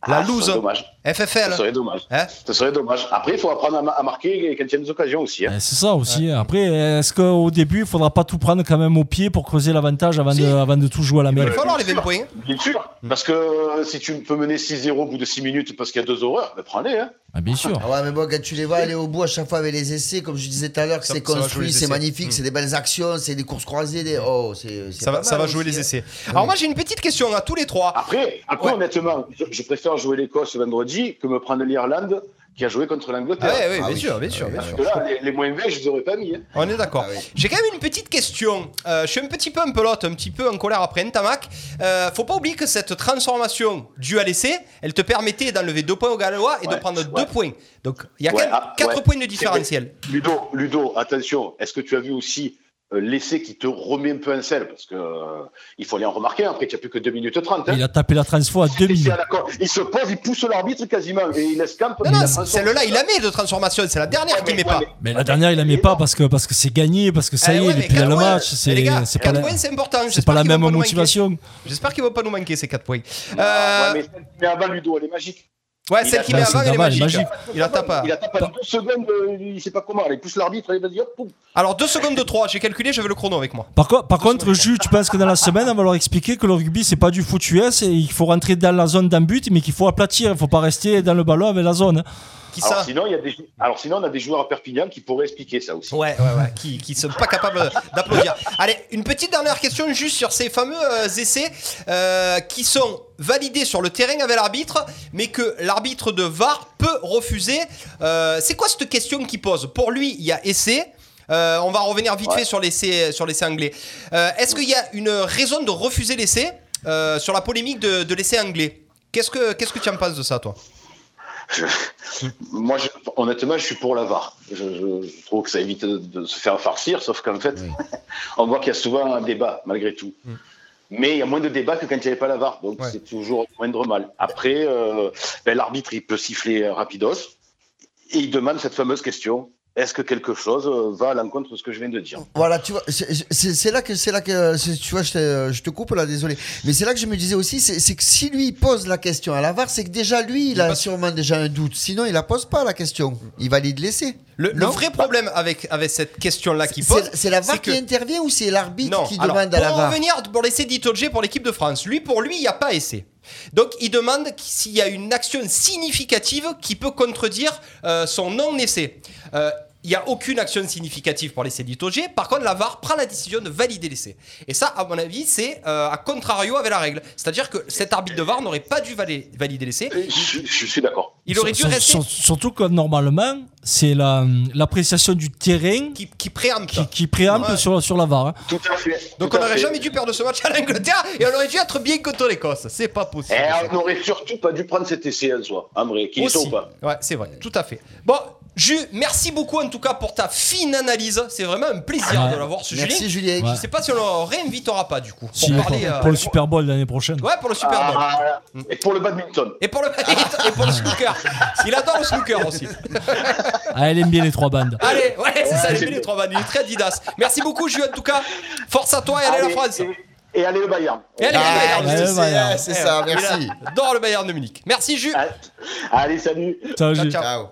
La
Ah, ce
loose.
serait dommage. Ce
FFL.
serait dommage.
Hein
Ce serait dommage. Après, il faut apprendre à, ma- à marquer quand il y a des occasions aussi. hein.
Eh, C'est ça aussi. Après, est-ce qu'au début, il faudra pas tout prendre quand même au pied pour creuser l'avantage avant,
Si.
de, avant de tout jouer à la
Il va
mêle
falloir les 20 points. hein.
Bien sûr.
Hmm.
Parce que euh, si tu peux mener 6-0 au bout de 6 minutes parce qu'il y a deux horreurs, ben prends-les. hein.
Ah, Bien sûr.
Ah ouais, mais bon, quand tu les vois aller au bout à chaque fois avec les essais, comme je disais tout à l'heure, que
Ça-
c'est
ça va jouer les
construit,
essais.
c'est magnifique,
Mm.
c'est des belles actions, c'est des courses croisées, des. Oh, c'est. c'est
Ça
pas
va, ça
mal
va jouer
aussi,
les
hein. Ah,
essais. Alors moi j'ai une petite question à tous les trois.
Après, après
Ouais.
honnêtement, je, je préfère jouer l'Écosse vendredi que me prendre l'Irlande qui a joué contre
Ah
l'Angleterre.
ouais, ouais,
Ah
bien
oui.
sûr, bien sûr, bien
Parce
sûr.
que là, les, les moins 20, je les aurais pas mis. hein.
On est d'accord.
Ah oui.
J'ai quand même une petite question. Euh, je suis un petit peu un pelote, un petit peu en colère après Ntamak. Euh, faut pas oublier que cette transformation due à l'essai, elle te permettait d'enlever deux points au Gallois et de
Ouais,
prendre
ouais.
deux points. Donc il y a
Ouais,
quand même
ah,
quatre
ouais.
points de différentiel.
Ludo, Ludo, attention, est-ce que tu as vu aussi euh, l'essai qui te remet un peu en selle Parce que euh, il faut aller en remarquer, après tu n'as plus que 2 minutes 30. hein.
Il a tapé la transfo à 2
Et c'est à
minutes.
la cor- il se pose, il pousse l'arbitre quasiment et il escampe.
Non,
il
non,
la transforme.
celle-là, il la met de transformation. C'est la dernière
Ouais,
qui
mais-
met
ouais,
pas.
mais-
Mais la dernière, il la met pas parce que parce que c'est gagné, parce que ça y
Eh
est,
ouais,
il
mais
est plus dans
quatre
le
points.
match.
Eh, les gars,
C'est c'est pas
quatre
la,
points, c'est important.
c'est
J'espère
pas la
qu'ils vont
même
nous manquer.
motivation.
J'espère qu'ils vont pas nous manquer ces quatre points.
Non,
Euh,
ouais, mais celle qui met avant Ludo, elle est magique.
ouais,
il
celle
a-
qui met
Bah, celle
avant, elle est
d'avant, elle est
magique.
magique.
Il la tape. à-
Il attaque à 12 secondes, euh, il ne sait pas comment. Il pousse l'arbitre, il va dire poum.
Alors deux secondes de 3, j'ai calculé, j'avais le chrono avec moi.
Par, co- par contre, Jules, tu penses que dans la semaine, on va leur expliquer que le rugby, c'est pas du foot US et il faut rentrer dans la zone d'un but, mais qu'il faut aplatir, il faut pas rester dans le ballon avec la zone.
Qui
Alors
ça
sinon, il y a des... Alors sinon, on a des joueurs à Perpignan qui pourraient expliquer ça aussi.
Ouais, ouais, ouais, qui, qui sont pas capables d'applaudir. Allez, une petite dernière question juste sur ces fameux euh, essais euh, qui sont validés sur le terrain avec l'arbitre, mais que l'arbitre de VAR peut refuser. Euh, c'est quoi cette question qu'il pose Pour lui, il y a essai. Euh, on va revenir vite
Ouais.
fait sur l'essai, sur l'essai anglais. Euh, est-ce qu'il y a une raison de refuser l'essai euh, sur la polémique de, de l'essai anglais Qu'est-ce que, qu'est-ce que tu en penses de ça, toi
Moi, je- honnêtement, je suis pour la VAR. Je, je- je trouve que ça évite de, de se faire farcir, sauf qu'en fait, on voit qu'il y a souvent un débat, malgré tout. Mais il y a moins de débat que quand il n'y avait pas la VAR, donc
Mm. Ouais.
c'est toujours au moindre mal. Après, euh, ben, l'arbitre, il peut siffler euh, rapidos, et il demande cette fameuse question. est-ce que quelque chose euh, va à l'encontre de ce que je viens de dire
Voilà, tu vois, c'est- c'est c'est là que c'est là que c'est- tu vois, je te, je te coupe là, désolé. Mais c'est là que je me disais aussi, c'est c'est que si lui pose la question à la VAR, c'est que déjà lui, il a sûrement déjà un doute. Sinon, il la pose pas la question. Il valide l'essai.
Le, le
Non
vrai problème avec, avec cette question-là qui pose.
C'est c'est la VAR
c'est que-
qui intervient ou c'est l'arbitre
Non,
qui
alors,
demande à la
pour
VAR
revenir pour l'essai d'Itoje pour l'équipe de France, lui, pour lui, il n'y a pas essai. Donc, il demande s'il y a une action significative qui peut contredire euh, son non-essai. Euh, il n'y a aucune action significative pour l'essai d'Itoje. Par contre, la VAR prend la décision de valider l'essai. Et ça, à mon avis, c'est euh, à contrario avec la règle. C'est-à-dire que cet arbitre de VAR n'aurait pas dû vali- valider l'essai.
je, je suis d'accord.
Il aurait dû
Sur-
rester
sur- Surtout que normalement, c'est la- l'appréciation du terrain
qui, qui préempte.
qui, qui préempte
Ouais.
sur, sur la VAR. hein.
Tout à fait.
Donc,
tout
on
à
n'aurait
fait.
jamais dû perdre ce match à l'Angleterre et on aurait dû être bien contre l'Écosse. C'est pas possible.
Et Eh, on n'aurait surtout pas dû prendre cet essai en soi, en vrai, qu'il soit
Aussi.
ou pas.
Ouais, c'est vrai, tout à fait. Bon, Ju, merci beaucoup en tout cas pour ta fine analyse. C'est vraiment un plaisir
Ouais.
de l'avoir, ce
Merci
Julien.
Julien.
Ouais.
Je sais pas si on le réinvitera pas du coup. Pour
Si, pour,
parler. euh,
pour le Super Bowl l'année prochaine.
Ouais, pour le Super Bowl.
Ah,
Mm.
et pour le badminton.
Et pour le et pour le snooker. Il adore le snooker aussi.
Ah, elle aime bien les trois bandes.
Allez, ouais, c'est ça, les
c'est
les trois vannes. Il est très Adidas. Merci beaucoup, Ju, en tout cas. Force à toi et allez,
Allez,
la France.
Et, et allez le Bayern.
Et allez,
Ah,
le Bayern.
ouais.
c'est-
Bayern.
c'est ça, merci.
Dans le Bayern de Munich. Merci, Ju.
Ah, Allez, salut.
Putain,
Ciao,
j'ai-
ciao.
Ciao.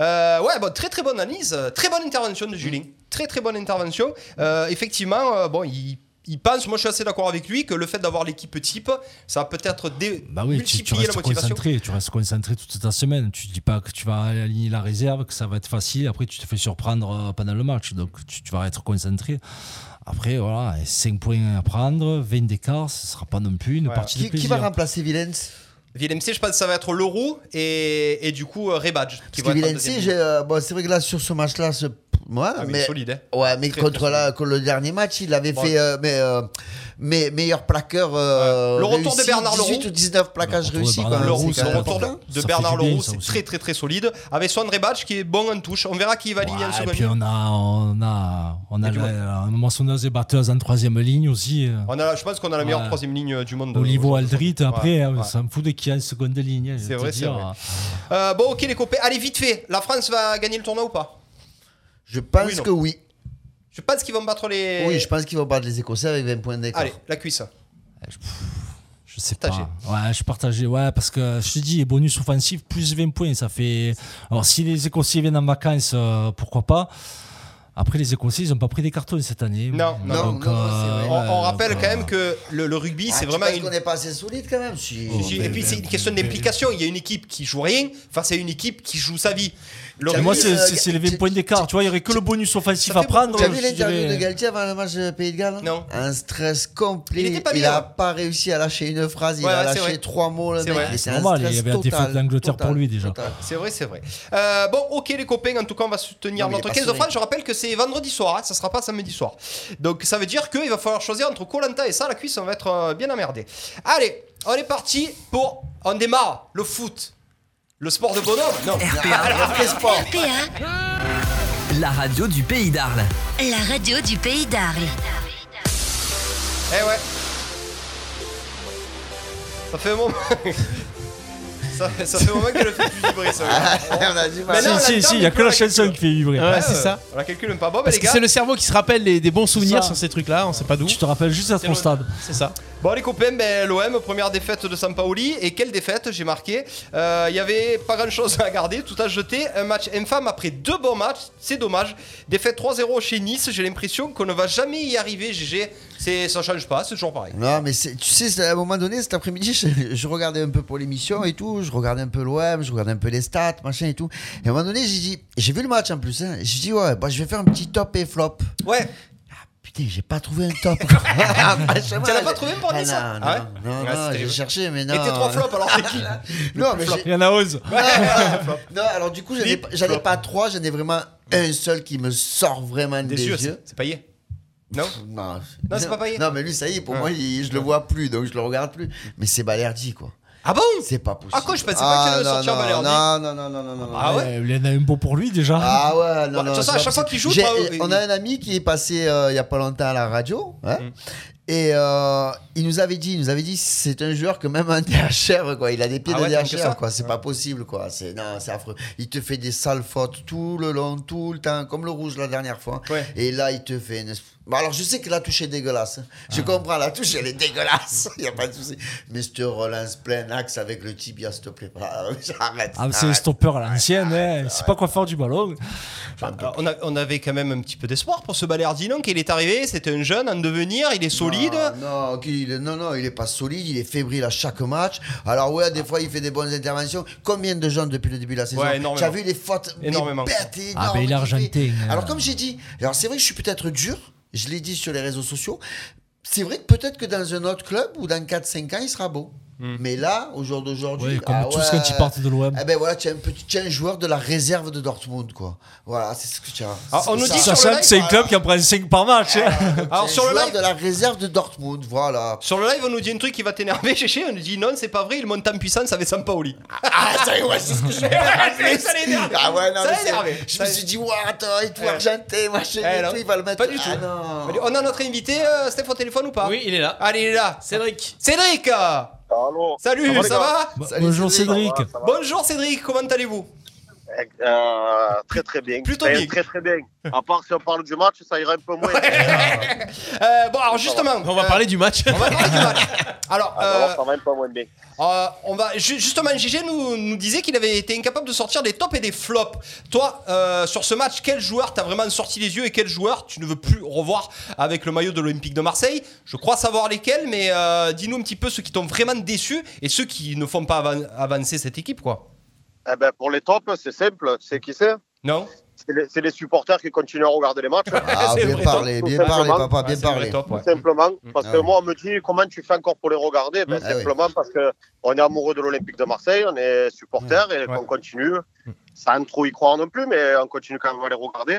Euh, ouais, bon, très très bonne analyse, euh, très bonne intervention de Julien. Très très bonne intervention. Euh, effectivement, euh, bon, il, il pense, moi je suis assez d'accord avec lui, que le fait d'avoir l'équipe type, ça va peut-être dé-
Bah oui, tu, tu
multiplier la
restes
motivation.
concentré, tu restes concentré toute ta semaine. Tu dis pas que tu vas aligner la réserve, que ça va être facile. Après, tu te fais surprendre euh, pendant le match, donc tu, tu vas être concentré. Après, voilà, 5 points à prendre, 20 d'écart, ce sera pas non plus une partie de
Qui, qui
plaisir.
va remplacer Villens
VLMC, je pense que ça va être Leroux et, et du coup euh, Rebadge. qui vont
Parce que
être en
Villens,
deuxième
j'ai, euh, bon, c'est vrai que là, sur ce match-là, ce- moi,
Ah, mais
mais,
solide, hein.
Ouais, mais
Très,
contre,
très
la, contre le dernier match, il avait
Bon.
fait euh, mais, euh, mais- meilleur plaqueur. euh,
Ouais. Le retour de
réussi,
Bernard Leroux.
18 ou 19 plaquages
Le retour de
réussis.
Bernard
quand même,
Leroux,
c'est
le
quand même
retour
important.
de
Ça
Bernard
fait du bien,
Leroux,
ça
c'est
aussi.
très très très solide. Avec Swan Rebadge qui est bon en touche. On verra qui va aligner en
Ouais,
seconde
et puis
ligne.
on a, on a, on
Et
a
du
la, la moissonneuse et batteuse en troisième ligne aussi. euh,
On a, je pense qu'on a la meilleure
Ouais.
troisième ligne euh, du monde.
Au niveau
aujourd'hui.
Aldrit,
Ouais,
après, hein,
ouais.
ça me fout de qui a en seconde ligne. je
C'est
vais te
vrai, c'est
dire.
vrai. Euh, bon, ok les copains, allez vite fait. La France va gagner le tournoi ou pas
Je pense
Oui, non.
que oui.
Je pense qu'ils vont battre les.
Oui, je pense qu'ils vont battre les Écossais avec 20 points d'écart.
Allez, la cuisse.
Je sais
Partagé.
pas. Ouais, je suis partagé. Ouais, parce que je te dis, bonus offensif, plus 20 points, ça fait. Alors, si les Écossais viennent en vacances, euh, pourquoi pas Après, les Écossais, ils n'ont pas pris des cartons cette année.
Non, non,
Donc,
non,
euh,
c'est vrai.
On, on
ouais,
rappelle
donc,
quand même que le, le rugby,
Ah,
c'est
tu
vraiment
penses
une.
qu'on n'est pas assez solide quand même Si.
Oh.
Et puis c'est une question d'implication. Il y a une équipe qui joue rien face à une équipe qui joue sa vie. Le
euh,
rugby,
Moi,
Galtier,
c'est-
euh,
c'est c'est les 20 points d'écart. Tu vois, il n'y aurait que le bonus offensif
ça
à
fait
prendre.
Tu as vu
je
l'interview
dirais-
de Galtier avant le match de Pays de Galles
Non.
Un stress complet.
Il était pas bien.
a pas réussi à lâcher une phrase, il
Ouais,
a
ouais, c'est
lâché
vrai.
trois mots. le
C'est
mec.
vrai.
Et
C'est
un
normal, il y
stress
avait la défaite
total,
de l'Angleterre pour
total,
lui, déjà.
total.
C'est vrai, c'est vrai. Euh, bon, ok les copains, en tout cas on va soutenir
Non, mais il
notre
est pas
15 de
sonné.
France. Je rappelle que c'est vendredi soir, hein, ça sera pas samedi soir. Donc ça veut dire qu'il va falloir choisir entre Colanta et ça, la cuisse, on va être euh, bien emmerdé. Allez, on est parti pour... On démarre le foot. Le sport de bonhomme Non.
RPA,
La radio du pays d'Arles.
la radio du pays d'Arles.
Eh ouais. Ça fait un moment. ça, ça fait un moment qu'elle fait plus vibrer ça.
Ah, On a du mal.
Mais là, on
Si, si,
l'entend,
si, il
mais
n'y a
plus
que
on
la
la
chanson
calcule.
qui fait vibrer.
Ouais, c'est ça.
On la calcule même pas. Bon, bah,
Parce
les
que
gars.
c'est le cerveau qui se rappelle les- des bons souvenirs
ça.
sur ces trucs-là, on sait pas d'où.
Tu te rappelles juste à
le-
ton stade.
C'est ça.
Bon, les copains, ben, l'OM, première défaite de Sampaoli. Et quelle défaite, j'ai marqué. Euh, Il y avait pas grand chose à garder, tout à jeter. Un match infâme après deux bons matchs, c'est dommage. Défaite 3-0 chez Nice, j'ai l'impression qu'on ne va jamais y arriver, GG. C'est- Ça change pas, c'est toujours pareil.
Non, mais c'est- tu sais, c'est- à un moment donné, cet après-midi, je, je regardais un peu pour l'émission et tout. Je regardais un peu l'OM, je regardais un peu les stats, machin et tout. Et à un moment donné, j'ai dit, j'ai vu le match en plus. Hein, j'ai dit, ouais, bah, je vais faire un petit top et flop.
Ouais,
Putain, j'ai pas trouvé un top.
Tu
Tu
l'as pas trouvé pour dire ça
Non,
Ah ouais
non, non,
Ouais,
non,
c'était-
j'ai cherché, mais non.
et tes trois flops, alors c'est qui
Non, mais j'ai-
Il y en a 11.
non, non, alors du coup, j'en ai
Flip,
pas- j'en ai
flop.
pas trois, j'en ai vraiment un seul qui me sort vraiment des,
Des yeux,
yeux.
c'est- c'est payé. Non
Non,
Non, c'est pas Ah. Payet.
Non, mais lui, ça y est, pour
Ouais.
moi, il- je le vois plus, donc je le regarde plus. Mais c'est Balerdi, quoi.
Ah bon
C'est pas possible.
Ah, quoi, je pensais pas qu'il allait
non,
sortir
non,
Balerdi.
Non, non, non, non, non, non. non.
Ah ouais
Il y en a un beau pour lui déjà.
Ah ouais, non,
Hein. Bah, de
non,
toute façon,
c'est
à chaque
pas
fois
possible.
qu'il joue,
J'ai-
pas- Mm.
On a un ami qui est passé euh, il y a pas longtemps à la radio, hein, Et euh, il nous avait dit, il nous avait dit, c'est un joueur que même un DHR, quoi, il a des pieds
Ah ouais,
de
tant que ça
DHR, quoi, c'est pas possible, quoi, c'est non, c'est affreux. Il te fait des sales fautes tout le long, tout le temps, comme le rouge la dernière fois. Et là, il te fait. Une... Bon, alors, je sais que la touche est dégueulasse. hein.
Ah.
Je comprends, la touche elle est dégueulasse, il y a pas de souci. Mais je te relance plein axe avec le tibia, s'il te plaît, pas. arrête.
Ah, mais c'est le stopper à l'ancienne, hein. il sait pas quoi faire du ballon.
Alors, on, a- on avait quand même un petit peu d'espoir pour ce Balerdinon qu'il est arrivé, c'était un jeune en devenir, il est solide.
Ah, Non, non, qu'il est- non, non, il est pas solide, il est fébrile à chaque match. Alors ouais, des fois il fait des bonnes interventions. Combien de gens depuis le début de la saison
Ouais, énormément.
Tu as vu les fautes mais
Énormément.
bêtes et
Ah, ben
énormes
il est
qu'il fait.
argentin.
Alors comme j'ai dit, alors c'est vrai que je suis peut-être dur, je l'ai dit sur les réseaux sociaux. C'est vrai que peut-être que dans un autre club ou dans 4-5 ans, il sera beau.
Hmm.
Mais là, au jour d'aujourd'hui,
Oui, comme
ah
tous quand ils partent de l'OM.
Eh ben voilà, tu es un petit, tu es un joueur de la réserve de Dortmund, quoi. Voilà, c'est ce que tu as.
Ah, on
c'est
nous
ça.
dit sur le
Sachant
live, hein.
que c'est un club qui en prend 5 par match. hein.
Alors,
C'est
sur
un
le
joueur
live-
de la réserve de Dortmund, voilà.
Sur le live, on nous dit un truc qui va t'énerver, Chéché. On nous dit non, c'est pas vrai, il monte en puissance avec Sampaoli.
Ah, ça y est, ouais, c'est ce que je voulais
Ah, ça l'a énervé.
Ah ouais, non,
Ça
mais
l'a
c'est-
énervé.
Je
Ça
me
l'a-
suis dit, ouah, attends, il te
Eh.
voit argenté, machin,
Eh
et
non,
tout, il va le mettre.
Pas du
Ah
tout. oh,
non.
On a notre invité, euh, Steph, au téléphone ou pas
Oui, il est là.
Allez, il est là.
Cédric.
Cédric euh,
Allô
Salut,
va, les
ça
gars
va
Bon- Bah, Bonjour Cédric.
Ça va
Bonjour Cédric, comment allez-vous
Euh, Très très bien.
Plutôt
Enfin,
bien.
Très très bien. À part si on parle du match, ça ira un peu moins.
Euh, Bon, alors justement,
On va parler du match.
on va parler du match. Alors,
Ah,
euh,
vraiment, ça va un peu moins bien.
euh, on va, ju- justement, Gégé nous, nous disait qu'il avait été incapable de sortir des tops et des flops. Toi, euh, sur ce match, quel joueur t'as vraiment sorti les yeux et quel joueur tu ne veux plus revoir avec le maillot de l'Olympique de Marseille Je crois savoir lesquels, mais euh, dis-nous un petit peu ceux qui t'ont vraiment déçu et ceux qui ne font pas avan- avancer cette équipe, quoi.
Eh ben, pour les tops, c'est simple. C'est qui c'est
Non
C'est les- C'est les supporters qui continuent à regarder les matchs.
Ah,
C'est le
bien
vrai
parlé,
top.
bien
Tout
parlé,
simplement.
papa,
Ah,
bien
c'est le vrai
parlé.
top, ouais.
Tout simplement. Parce
Ah
que
oui.
moi, on me dit comment tu fais encore pour les regarder ben,
Ah oui.
Simplement parce qu'on est amoureux de l'Olympique de Marseille, on est supporters et qu'on continue, sans trop y croire non plus, mais on continue quand même à les regarder.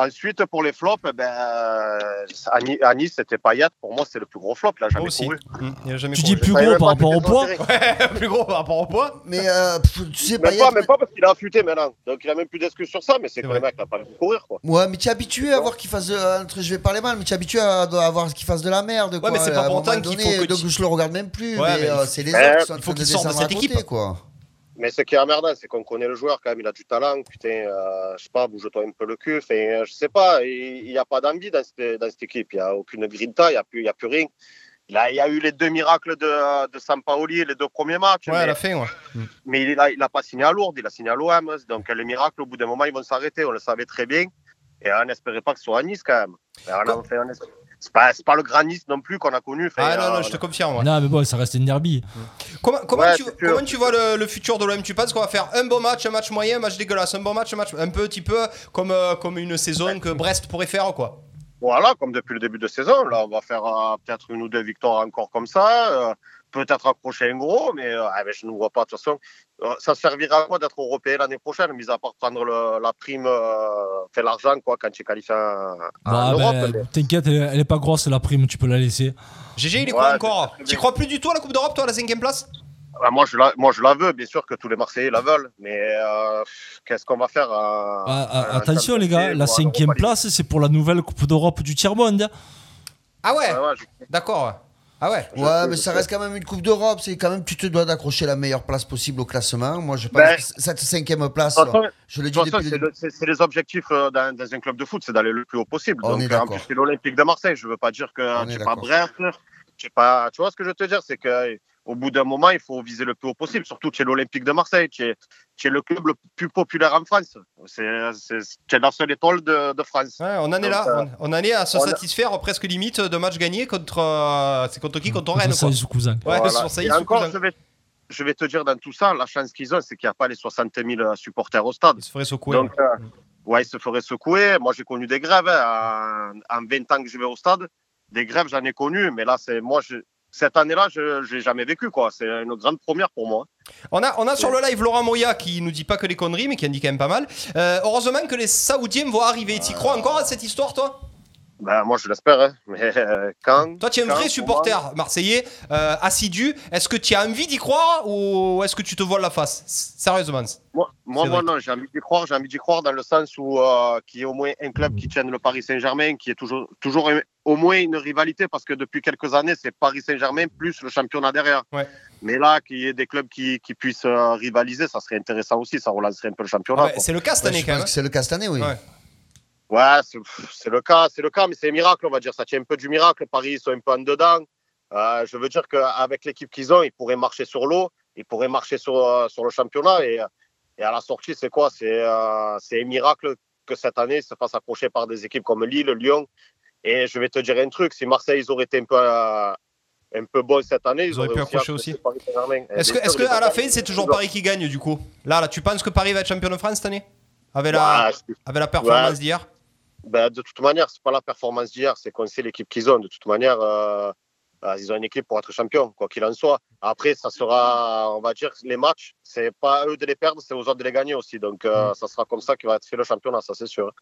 Ensuite, pour les flops, eh ben, à Ni- à Nice, c'était Payet. Pour moi, c'est le plus gros flop. Là,
Moi
jamais
aussi.
couru.
Mmh, il a jamais
Tu
couru.
dis plus
savais
gros
même
par
pas
rapport au
que c'était
poids
un serré.
plus gros par rapport au poids.
Mais euh, pff, tu sais,
Même
Payet.
pas, même pas parce qu'il a affûté maintenant. Donc, il a même plus d'excuses sur ça, mais c'est que
vrai.
le mec n'a pas envie de courir. Quoi.
Ouais, mais tu es habitué à voir qu'il fasse. de- euh, entre- je vais parler mal, mais tu es habitué à, à voir qu'il fasse de la merde. quoi.
mais c'est pas
À un
pour
moment
autant qu'il
donné,
faut que
Donc
tu-
je le regarde même plus.
Ouais,
mais,
mais
euh,
il-
c'est les
Eh,
autres qui sont en
il faut
train de
qu'il sorte de
descendre à
cette
côté,
équipe.
quoi.
Mais ce qui est emmerdant, c'est qu'on connaît le joueur quand même, il a du talent, putain, euh, je sais pas, bouge-toi un peu le cul, enfin, euh, je sais pas, il n'y a pas d'envie dans cette, dans cette équipe, il n'y a aucune grinta, il n'y a, plus- il y a plus rien. Là, il y a eu les deux miracles de, de Sampaoli, les deux premiers matchs,
Ouais, à
mais,
la fin, ouais.
mais il n'a pas signé à Lourdes, il a signé à l'OM, donc les miracles, au bout d'un moment, ils vont s'arrêter, on le savait très bien, et on n'espérait pas que ce soit à Nice quand même. Et on a-
Comme-
enfin, on es- c'est pas, c'est pas le grand Nice non plus qu'on a connu. enfin,
Ah non,
euh,
non, je te confirme. ouais.
Non, mais bon, ça reste une derby.
Comment, comment,
Ouais,
tu,
c'est sûr.
comment tu vois le, le futur de l'OM Tu penses qu'on va faire un bon match, un match moyen, un match dégueulasse, un bon match, un match un petit peu comme, euh, comme une saison que Brest pourrait faire, quoi
Voilà, comme depuis le début de saison, là, on va faire euh, peut-être une ou deux victoires encore comme ça, euh, peut-être accrocher un gros, mais euh, ah, mais je ne vois pas de toute façon. Euh, ça servira à quoi d'être européen l'année prochaine, mis à part prendre le- la prime, euh, fait l'argent quoi, quand tu es qualifié en, en
Bah,
Europe.
ben,
mais-
T'inquiète, elle, elle est pas grosse la prime, tu peux la laisser.
GG, il y
Ouais,
croit
c'est
encore.
très bien.
Tu crois plus du tout à la Coupe d'Europe, toi, à la cinquième place
Ah, moi, je la, moi, je la veux, bien sûr que tous les Marseillais la veulent, mais euh, qu'est-ce qu'on va faire euh,
Ah, ah,
euh,
attention
samedi
les gars,
pour
la
un
cinquième
Europa League
place, c'est pour la nouvelle Coupe d'Europe du tiers-monde. hein.
Ah ouais,
Ah ouais, je-
D'accord. Ah ouais
Ouais, mais ça reste quand même une Coupe d'Europe. C'est quand même, tu te dois d'accrocher la meilleure place possible au classement. Moi, je pense
Ben,
que c- cette cinquième place,
De toute façon,
là, je le
De
dis
toute façon,
depuis le
c'est le- c'est c'est les objectifs euh, d'un- dans un club de foot, c'est d'aller le plus haut possible.
On
Donc,
est
euh, en
d'accord.
plus, c'est l'Olympique de Marseille. Je veux pas dire que
On
tu
est
n'es pas
d'accord.
bref, tu es pas. Tu vois ce que je veux te dire, c'est que euh, au bout d'un moment, il faut viser le plus haut possible. Surtout, tu es l'Olympique de Marseille, tu es, tu es le club le plus populaire en France. C'est- c'est- Tu es la seule étoile de, de France.
Ouais, on en est
Donc,
là,
euh,
on, on en est à se
on a-
satisfaire presque limite de matchs gagnés contre. euh, c'est contre qui Contre Rennes,
Contre
quoi.
ça, Isoukouzan.
Ouais,
Voilà.
sur ça,
Et
ils sont
encore,
cousins.
je vais, je vais te dire dans tout ça, la chance qu'ils ont, c'est qu'il n'y a pas les 60 000 supporters au stade.
Ils se feraient secouer.
Donc, euh, ouais, ils se feraient secouer. Moi, j'ai connu des grèves. hein. En, en 20 ans que je vais au stade, des grèves, j'en ai connu. Mais là, c'est moi, je- cette année-là, je je l'ai jamais vécu. quoi. C'est une grande première pour moi. hein.
On a, on a sur le live Laurent Moya qui nous dit pas que des conneries, mais qui en dit quand même pas mal. Euh, heureusement que les Saoudiens vont arriver. T'y crois encore à cette histoire, toi
Ben, moi, je l'espère. hein. Mais euh, quand
Toi, tu es un
Quand,
vrai
pour
supporter marseillais, euh, assidu. Est-ce que tu as envie d'y croire ou est-ce que tu te voiles la face S- Sérieusement.
Moi, moi,
C'est
moi,
vrai.
non, j'ai envie d'y croire. J'ai envie d'y croire dans le sens où euh, qu'il y ait au moins un club qui tienne le Paris Saint-Germain, qui est toujours, toujours un- au moins une rivalité parce que depuis quelques années, c'est Paris Saint-Germain plus le championnat derrière. Mais là, qu'il y ait des clubs qui, qui puissent euh, rivaliser, ça serait intéressant aussi. Ça relancerait un peu le
Ah
championnat.
ben,
quoi.
Ouais, je pense que C'est le cas cette année, oui.
Ouais, c'est- pff, c'est le cas, c'est le cas, mais c'est un miracle, on va dire. Ça tient un peu du miracle. Paris, ils sont un peu en dedans. Euh, je veux dire qu'avec l'équipe qu'ils ont, ils pourraient marcher sur l'eau, ils pourraient marcher sur, euh, sur le championnat. Et, et à la sortie, c'est quoi C'est euh, c'est un miracle que cette année, ils se fassent accrocher par des équipes comme Lille, Lyon. Et je vais te dire un truc si Marseille, ils auraient été un peu, euh, un peu bons cette année, ils,
auraient pu accrocher
accroché
aussi.
Paris Saint-Germain. Et
hein. Est-ce que,
bien
est-ce
sûr,
que
ils
à la
auraient-
fin, c'est toujours Paris qui gagne du coup Là, là, tu penses que Paris va être champion de France cette année Avec la,
Ouais, c'est-
avec la performance
ouais.
d'hier
Ben, de toute manière, c'est pas la performance d'hier, c'est qu'on sait l'équipe qu'ils ont. De toute manière, euh, euh, ils ont une équipe pour être champion, quoi qu'il en soit. Après, ça sera, on va dire, les matchs, c'est pas à eux de les perdre, c'est aux autres de les gagner aussi. Donc, euh, ça sera comme ça qu'il va être fait le championnat, ça c'est sûr.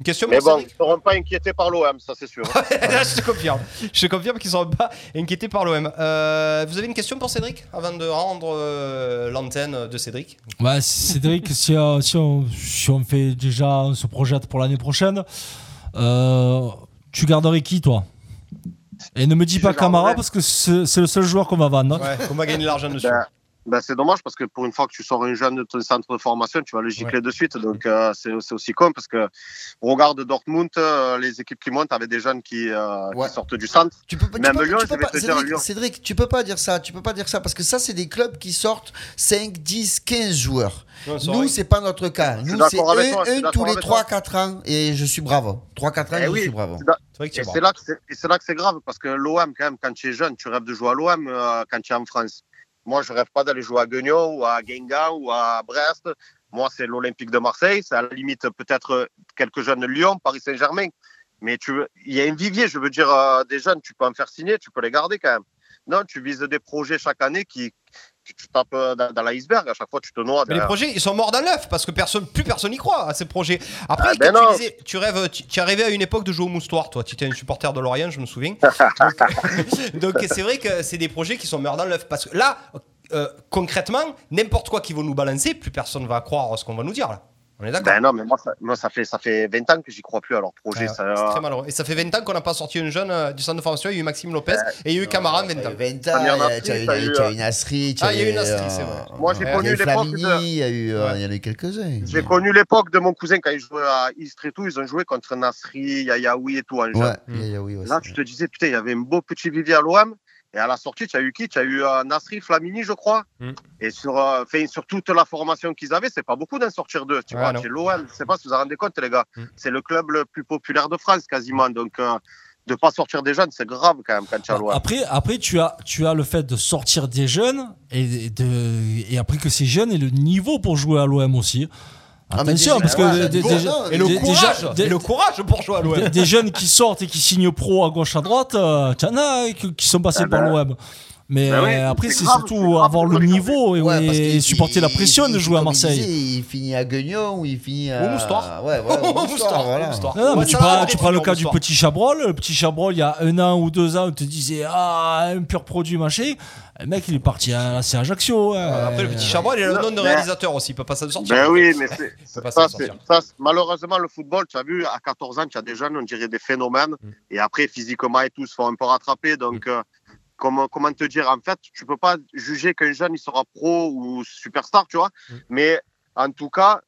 Une question
Mais
pour
bon,
Cédric
ils seront pas inquiétés par l'OM, ça c'est sûr.
Là, je te confirme. Je te confirme qu'ils seront pas inquiétés par l'OM. Euh, vous avez une question pour Cédric Avant de rendre euh, l'antenne de Cédric
Bah, Cédric, si, euh, si on, si on fait déjà, on se projette pour l'année prochaine, euh, tu garderais qui, toi Et ne me dis pas Camara parce que c'est c'est le seul joueur qu'on va vendre.
on va gagner de l'argent dessus.
Ben, ben, c'est dommage parce que pour une fois que tu sors un jeune de ton centre de formation, tu vas le gicler de suite. Donc euh, c'est c'est aussi con parce que regarde Dortmund, euh, les équipes qui montent avec des jeunes qui, euh, qui sortent du centre.
Tu
Même
peux-
Lyon,
tu
je
peux
vais
pas-
te dire
Cédric,
Lyon.
Cédric, tu peux pas dire ça, tu peux pas dire ça parce que ça c'est des clubs qui sortent 5, 10, 15 joueurs.
Ouais, c'est
Nous
vrai.
c'est pas notre cas.
suis
Nous c'est
d'accord avec toi, je suis
un, un
d'accord
tous les
avec
3
toi.
4 ans et je suis bravo. 3 4 ans,
Eh
je
oui,
suis bravo.
c'est da-
vrai que tu es
et
bravo.
c'est là que c'est- et c'est là que c'est grave parce que l'OM, quand même, quand tu es jeune, tu rêves de jouer à l'OM euh, quand tu es en France. Moi, je rêve pas d'aller jouer à Guignon ou à Guingamp ou à Brest. Moi, c'est l'Olympique de Marseille. C'est à la limite peut-être euh, quelques jeunes de Lyon, Paris Saint-Germain. Mais tu veux- il y a un vivier, je veux dire, euh, des jeunes, tu peux en faire signer, tu peux les garder quand même. Non, tu vises des projets chaque année qui, qui- tu tapes euh, dans, dans l'iceberg. À chaque fois, tu te noies.
Mais les
derrière.
projets, ils sont morts dans l'œuf parce que personne, plus personne n'y croit à ces projets. Après,
Ah ben
quand
non.
tu, disais- tu rêves, tu, tu es arrivé à une époque de jouer au moustoir, toi. Tu étais un supporter de Lorient, je me souviens. Donc c'est vrai que c'est des projets qui sont morts dans l'œuf parce que là, euh, concrètement, n'importe quoi qu'ils vont nous balancer, plus personne va croire ce qu'on va nous dire là. On est d'accord.
Ben non, mais moi, ça, moi, ça fait, ça fait 20 ans que j'y crois plus à leurs projets.
Ouais,
ça-
Euh, c'est très malheureux. Et ça fait 20 ans qu'on n'a pas sorti une jeune euh, du centre de formation. Il y a eu Maxime Lopez
Ben,
et il y a eu Camara 20 ans.
Ah, tu as eu- tu as eu une Asri, tu
Ah,
as
il y a eu une
eu,
Asri,
euh,
c'est vrai.
euh, Moi, j'ai
il y a
connu
eu
l'époque
Flamini,
de-
il y a eu euh, il y en a eu quelques-uns.
J'ai connu l'époque de mon cousin quand il jouait à Istres et tout. Ils ont joué contre Nasri, Yayaoui et tout en
Ouais,
jeune.
il y a- il y a- oui, ouais,
Là, tu te disais, putain, il y avait un beau petit vivier à l'OM. Et à la sortie, tu as eu qui Tu as eu euh, Nasri, Flamini, je crois.
Mm.
Et sur, euh, enfin, sur toute la formation qu'ils avaient, c'est pas beaucoup d'en sortir deux. Tu
Ouais,
vois,
non. Mm.
c'est l'OM. Je sais pas si vous vous en rendez compte, les gars. C'est le club le plus populaire de France quasiment. Donc, euh, de pas sortir des jeunes, c'est grave quand même quand tu es
Ah,
à l'OM.
Après, après tu, as, tu as le fait de sortir des jeunes et, de, et après que ces jeunes aient le niveau pour jouer à l'OM aussi.
Ah, mais
Attention,
des-
parce que
ouais,
des-
bon,
des-
non,
des-
et le
des-
courage,
déjà- des-
et le courage pour jouer à l'OM.
des, des jeunes qui sortent et qui signent pro à gauche à droite, euh, t'en as qui, qui sont passés
Ah ben.
par l'OM. Mais
Ben ouais,
après,
c'est
c'est
grave,
surtout avoir le niveau et, et supporter la pression de jouer à
comme il
Marseille.
disait, il finit à Guignon ou il finit à.
Au Moustoir.
Ouais, voilà, au
Au
Moustoir,
Moustoir,
voilà.
Ah,
Non, non, mais tu prends, tu prends le cas du petit Chabrol. Le petit Chabrol, il y a un an ou deux ans, on te disait Ah, un pur produit, machin. Le mec, il est parti à c'est Ajaccio. hein.
Euh, Ah, Après, le petit Chabrol, il a le nom de
Euh, Non,
réalisateur aussi, il peut pas s'en sortir.
Ben oui, mais
Il
c'est-
peut pas
ça,
s'en
c'est-
sortir.
ça, c'est- malheureusement, le football, tu as vu, à 14 ans, tu as des jeunes, on dirait des phénomènes,
Mm.
et après, physiquement et tout, se font un peu rattraper. Donc, euh, comment, comment te dire, en fait, tu peux pas juger qu'un jeune, il sera pro ou superstar, tu vois.
Mm.
Mais en tout cas,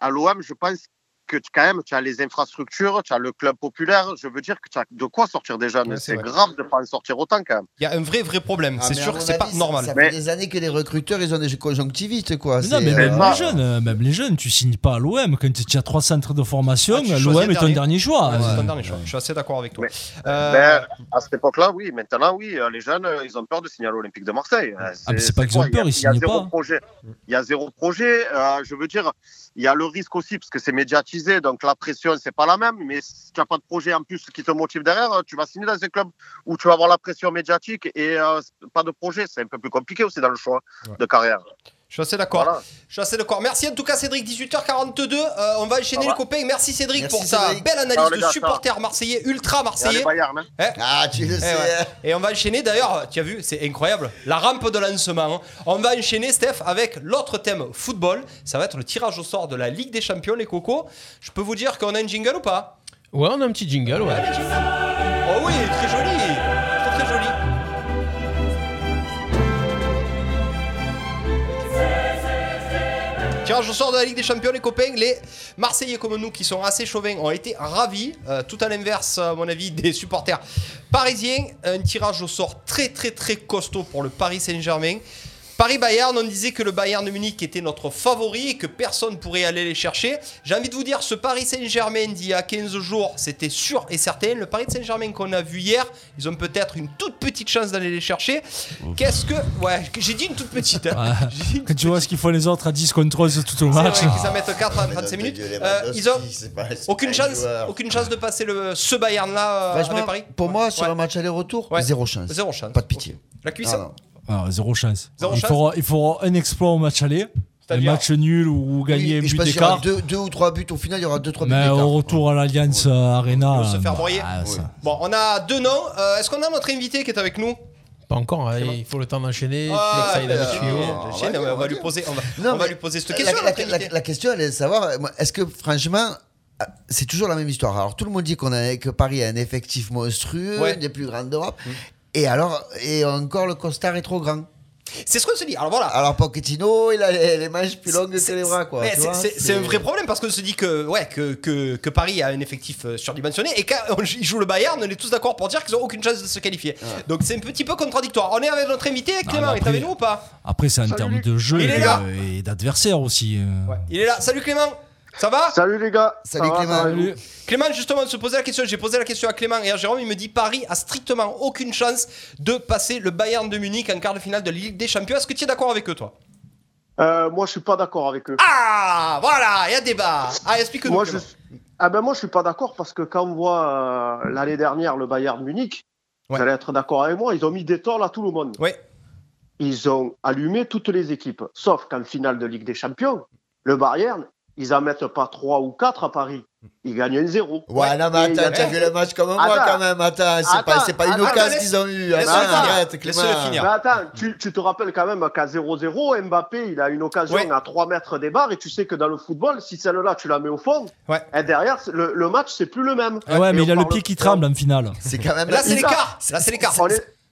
à l'OM, je pense que tu- quand même, tu as les infrastructures, tu as le club populaire. Je veux dire que tu as de quoi sortir des jeunes.
Ouais, c'est
c'est
vrai.
grave de pas en sortir autant, quand même.
Il y a un vrai, vrai problème.
Ah,
c'est
mais à
sûr que
mon
c'est pas
avis, ça-
normal.
Ça fait des années que les recruteurs, ils ont des conjonctivites, quoi.
Mais non,
C'est,
mais
euh,
même, les jeunes, euh, même les jeunes, tu signes pas à l'OM. Quand tu as trois centres de formation,
Ah, Tu choisis
l'OM
le
est ton dernier choix.
Ouais, Ah, c'est ton
Euh,
dernier choix. Je suis assez d'accord avec toi. Euh,
Ben, à cette époque-là, oui. Maintenant, oui, euh, les jeunes, euh, ils ont peur de signer à l'Olympique de Marseille. Euh,
Ah, mais c'est pas qu'ils ont
quoi, il y a-
peur, ils
il y a
signent
zéro
pas.
Projet. Il y a zéro projet. euh, je veux dire, il y a le risque aussi, parce que c'est médiatisé, donc la pression, c'est pas la même. Mais si tu n'as pas de projet en plus qui te motive derrière, euh, tu vas signer dans un club où tu vas avoir la pression médiatique et euh, pas de projet. C'est un peu plus compliqué aussi dans le choix de carrière.
Je suis assez d'accord. Je suis assez d'accord. Merci en tout cas Cédric, 18h42. euh, on va enchaîner
Au
les
revoir.
copains. Merci Cédric
Merci,
pour ta
Cédric.
belle
Ciao,
analyse
les
de
gars,
supporter marseillais, ultra
Et
marseillais.
allez, Bayern, hein.
Ah, tu le
Eh
sais.
ouais. Et on va enchaîner d'ailleurs, tu as vu, c'est incroyable, la rampe de lancement. hein. On va enchaîner, Steph, avec l'autre thème football. Ça va être le tirage au sort de la Ligue des Champions, les cocos. Je peux vous dire qu'on a un jingle ou pas
Ouais, on a un petit jingle, ouais.
Oh oui, très joli. Très très joli. Tirage au sort de la Ligue des Champions, les copains, les Marseillais comme nous qui sont assez chauvins ont été ravis, euh, tout à l'inverse à mon avis des supporters parisiens. Un tirage au sort très très très costaud pour le Paris Saint-Germain. Paris-Bayern, on disait que le Bayern de Munich était notre favori et que personne pourrait aller les chercher. J'ai envie de vous dire, ce Paris Saint-Germain d'il y a 15 jours, c'était sûr et certain. Le Paris Saint-Germain qu'on a vu hier, ils ont peut-être une toute petite chance d'aller les chercher. Qu'est-ce que. Ouais, j'ai dit une toute petite. hein.
Quand tu vois ce qu'ils font les autres à 10 contre 11 tout au
C'est
match.
vrai qu'ils en mettent 4 en 35 minutes. Euh, ils ont aucune
pas un
chance,
joueur.
aucune chance de passer le, ce Bayern là
Franchement,
avec Paris.
pour moi, sur un match aller-retour, zéro chance.
Zéro chance.
Pas de pitié. Ah,
La cuisse.
non.
Alors, Ah, zéro chance.
Zéro
il,
chance.
Faudra, il faudra un exploit au match aller, un match nul ou gagner
Et
un
je
but
pense qu'il y aura
d'écart.
deux, deux ou trois buts. Au final, il y aura deux, trois buts
Mais
d'écart.
au retour à l'Alliance euh, Arena.
se
euh,
faire broyer.
bah, ça-
Bon, on a deux noms. Euh, Est-ce qu'on a notre invité qui est avec nous
Pas encore, hein, il faut le temps d'enchaîner.
Ah,
il faut que ça aille dans le
euh,
tuyau.
je sais, non, mais on va lui poser, on va, on va lui poser cette
La-
question.
La,
notre
la- la question, elle est de savoir, moi, est-ce que franchement, ah, c'est toujours la même histoire. Alors tout le monde dit qu'on a, que Paris a un effectif monstrueux,
Ouais. Mmh.
une des plus grandes d'Europe. Et alors, et encore le costard est trop grand.
C'est ce qu'on se dit. Alors voilà.
Alors Pochettino, il a les, les manches plus longues que les bras, quoi.
Mais
tu
c'est-
vois,
c'est- C'est un vrai problème parce qu'on se dit que, ouais, que, que, que Paris a un effectif euh, surdimensionné et quand on- ils jouent le Bayern, on est tous d'accord pour dire qu'ils n'ont aucune chance de se qualifier. Donc c'est un petit peu contradictoire. On est avec notre invité, Clément,
mais
est
après-
avec nous ou pas
Après, c'est en
Salut,
termes
Luc.
de jeu
Il est
et,
là.
euh, et d'adversaire aussi. euh.
Il est là. Salut Clément. Ça va
Salut les gars.
Salut Clément.
Clément, justement, on se posait la question. J'ai posé la question à Clément et à Jérôme. Il me dit Paris a strictement aucune chance de passer le Bayern de Munich en quart de finale de la Ligue des Champions. Est-ce que tu es d'accord avec eux, toi
Euh, moi, je suis pas d'accord avec eux.
Ah, voilà, il y a débat. Ah, explique-nous.
Moi,
Clément.
je- Ah ben moi, je suis pas d'accord parce que quand on voit euh, l'année dernière le Bayern Munich, vous allez être d'accord avec moi, ils ont mis des torts à tout le monde. Ils ont allumé toutes les équipes, sauf qu'en finale de Ligue des Champions, le Bayern, ils en mettent pas trois ou quatre à Paris. Ils gagnent un zéro.
Ouais, non, mais
Et il y
attends,
a-
t'as vu le match comme moi
Attends.
quand même, attends, c'est pas,
Attends,
c'est pas une
attends,
occasion
laisse-
qu'ils ont eue,
laisse-le
attends,
finir.
arrête, Clément.
Mais attends, tu, tu te rappelles quand même qu'à 0-0, Mbappé, il a une occasion à 3 mètres des barres et tu sais que dans le football, si celle-là, tu la mets au fond, et derrière, c'est- le, le match, c'est plus le même.
Ah ouais,
Et
mais il
on
a le
parle-
pied qui tremble en finale.
C'est quand même.
Là, c'est
l'écart. Là, c'est l'écart.
Ah,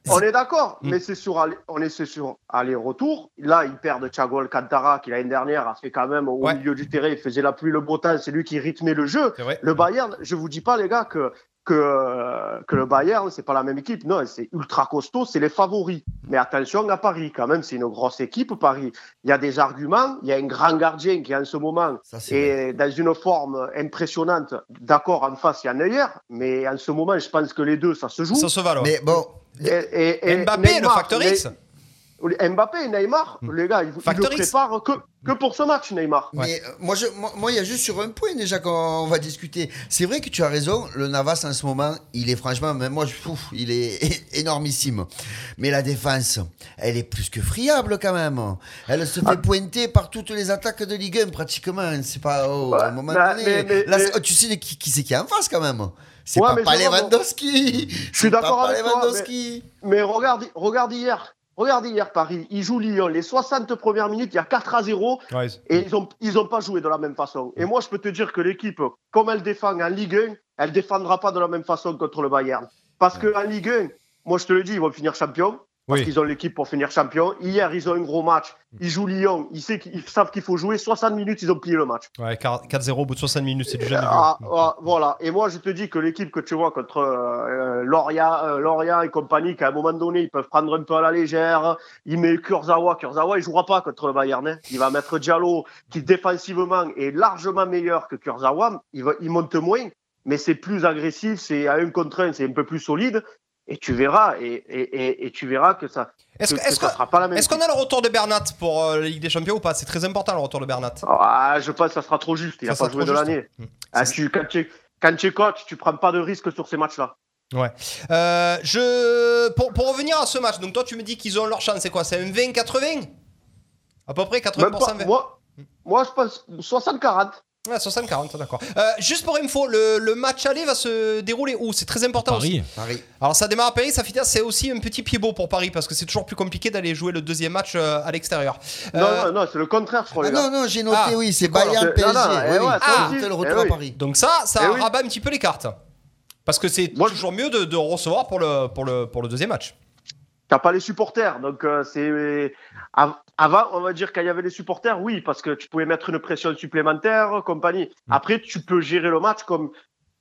On est, on est d'accord, mais c'est sur, aller- on est c'est sur aller-retour. Là, il perd de Thiago Alcantara, qui l'année dernière a fait quand même au milieu du terrain, il faisait la pluie, le beau temps, c'est lui qui rythmait le jeu. Le Bayern, je vous dis pas, les gars, que, que, que le Bayern, c'est pas la même équipe. Non, c'est ultra costaud, c'est les favoris. Mais attention à Paris, quand même, c'est une grosse équipe, Paris. Il y a des arguments, il y a un grand gardien qui, en ce moment,
c'est
est dans une forme impressionnante. D'accord, en face, il y a Neuer, mais en ce moment, je pense que les deux, ça se joue.
Ça se valorise.
Mais bon,
et, et- et
Mbappé, le
Neymar,
facteur X. Hmm.
Ne- Mbappé et Neymar, les gars, ils, ils
Facteur
le
X.
préparent que, que pour ce match, Neymar.
Mais euh, moi, je, moi, moi, il y a juste sur un point déjà qu'on va discuter. C'est vrai que tu as raison, le Navas en ce moment, il est franchement, même moi, je, pouf, il est énormissime. Mais la défense, elle est plus que friable quand même. Elle se fait
Ah.
pointer par toutes les attaques de Ligue 1 pratiquement. C'est pas oh, à un moment
bah,
donné.
mais- mais-
là,
mais-
c'est- oh, tu sais de qui, qui c'est qui est en face quand même. C'est
Ouais,
pas
mais
pas
Jérôme,
Lewandowski.
Je suis d'accord avec toi.
Lewandowski.
Mais, mais regarde, regarde hier. Regarde hier Paris, ils jouent Lyon. Les 60 premières minutes, il y a 4 à 0
Ouais. Hmm.
et ils n'ont ils ont pas joué de la même façon. Et moi, je peux te dire que l'équipe, comme elle défend en Ligue 1, elle ne défendra pas de la même façon contre le Bayern. Parce qu'en Ligue 1, moi je te le dis, ils vont finir champion. Parce qu'ils ont l'équipe pour finir champion. Hier, ils ont un gros match. Ils jouent Lyon. Ils, savent qu'ils- ils savent qu'il faut jouer 60 minutes. Ils ont plié le match.
Ouais, 4-0 au bout de 60 minutes, c'est du jamais vu.
Ah, ah, voilà. Et moi, je te dis que l'équipe que tu vois contre euh, Lorient, euh, Lorient et compagnie, qu'à un moment donné, ils peuvent prendre un peu à la légère. Il met Kurzawa. Kurzawa, il jouera pas contre le Bayern. hein. Il va mettre Diallo, qui défensivement est largement meilleur que Kurzawa. Il, va- il monte moins, mais c'est plus agressif. C'est à un contre un, c'est un peu plus solide. Et tu verras, et, et- et- et tu verras que ça.
Est-ce
que-
que- est-ce
que ça
que-
sera pas la même
Est-ce qu'on a le retour de Bernat pour euh, la Ligue des Champions ou pas C'est très important le retour de Bernat.
Ah, je pense que ça sera trop juste. Il
Ça
n'a pas
sera
joué de
trop juste.
l'année. Ah, tu- quand, tu, quand tu es coach, tu prends pas de risque sur ces matchs-là.
Ouais. Euh, je... pour, pour revenir à ce match, donc toi tu me dis qu'ils ont leur chance, c'est quoi C'est un 20-80 À peu près 80%
Même pas- moi, moi, je pense 60-40.
Ah, 60-40, d'accord. Euh, juste pour info, le, le match aller va se dérouler où C'est très important aussi.
Oh,
Alors ça démarre à Paris, ça finit à- c'est aussi un petit pied beau pour Paris parce que c'est toujours plus compliqué d'aller jouer le deuxième match euh, à l'extérieur. Euh,
Non, non, non, c'est le contraire, je crois.
Ah
les gars.
non, non, j'ai noté,
Ah,
oui, c'est
d'accord.
Bayern,
Non, non,
PSG,
eh
oui.
ouais, Eh
Ah,
c'est
tel
le
retour à Paris. donc ça, ça rabat un petit peu les cartes. Parce que c'est toujours mieux de, de recevoir pour le, pour, le, pour le deuxième match.
T'as pas les supporters, donc euh, c'est av- avant on va dire qu'il y avait les supporters, oui, parce que tu pouvais mettre une pression supplémentaire, compagnie.
Mm.
Après, tu peux gérer le match comme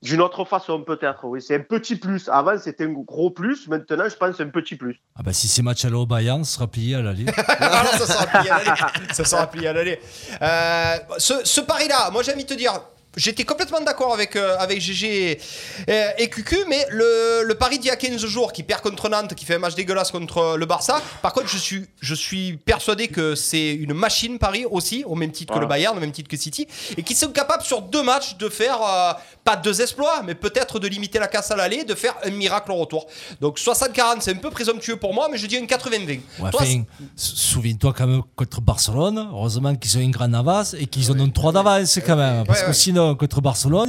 d'une autre façon peut-être. Oui, c'est un petit plus. Avant c'était un gros plus, maintenant je pense un petit plus.
Ah bah si c'est match aller au Bayern, ce sera plié à l'aller.
Ah non, ça sera plié à l'aller. Ça sera plié à l'aller. Euh, ce ce pari-là, moi j'ai envie de te dire. J'étais complètement d'accord avec, euh, avec GG et, et QQ, mais le, le pari d'il y a 15 jours qui perd contre Nantes, qui fait un match dégueulasse contre le Barça, par contre, je suis, je suis persuadé que c'est une machine Paris aussi, au même titre que le
Voilà.
Bayern, au même titre que City, et qui sont capables sur deux matchs de faire, euh, pas deux exploits, mais peut-être de limiter la casse à l'aller, de faire un miracle au retour. Donc 60-40, c'est un peu présomptueux pour moi, mais je dis une 80-20.
Ouais,
Toi,
enfin, sou- Souviens-toi quand même contre Barcelone, heureusement qu'ils ont une grande avance et qu'ils en ont trois d'avance quand même. Parce que sinon, contre Barcelone,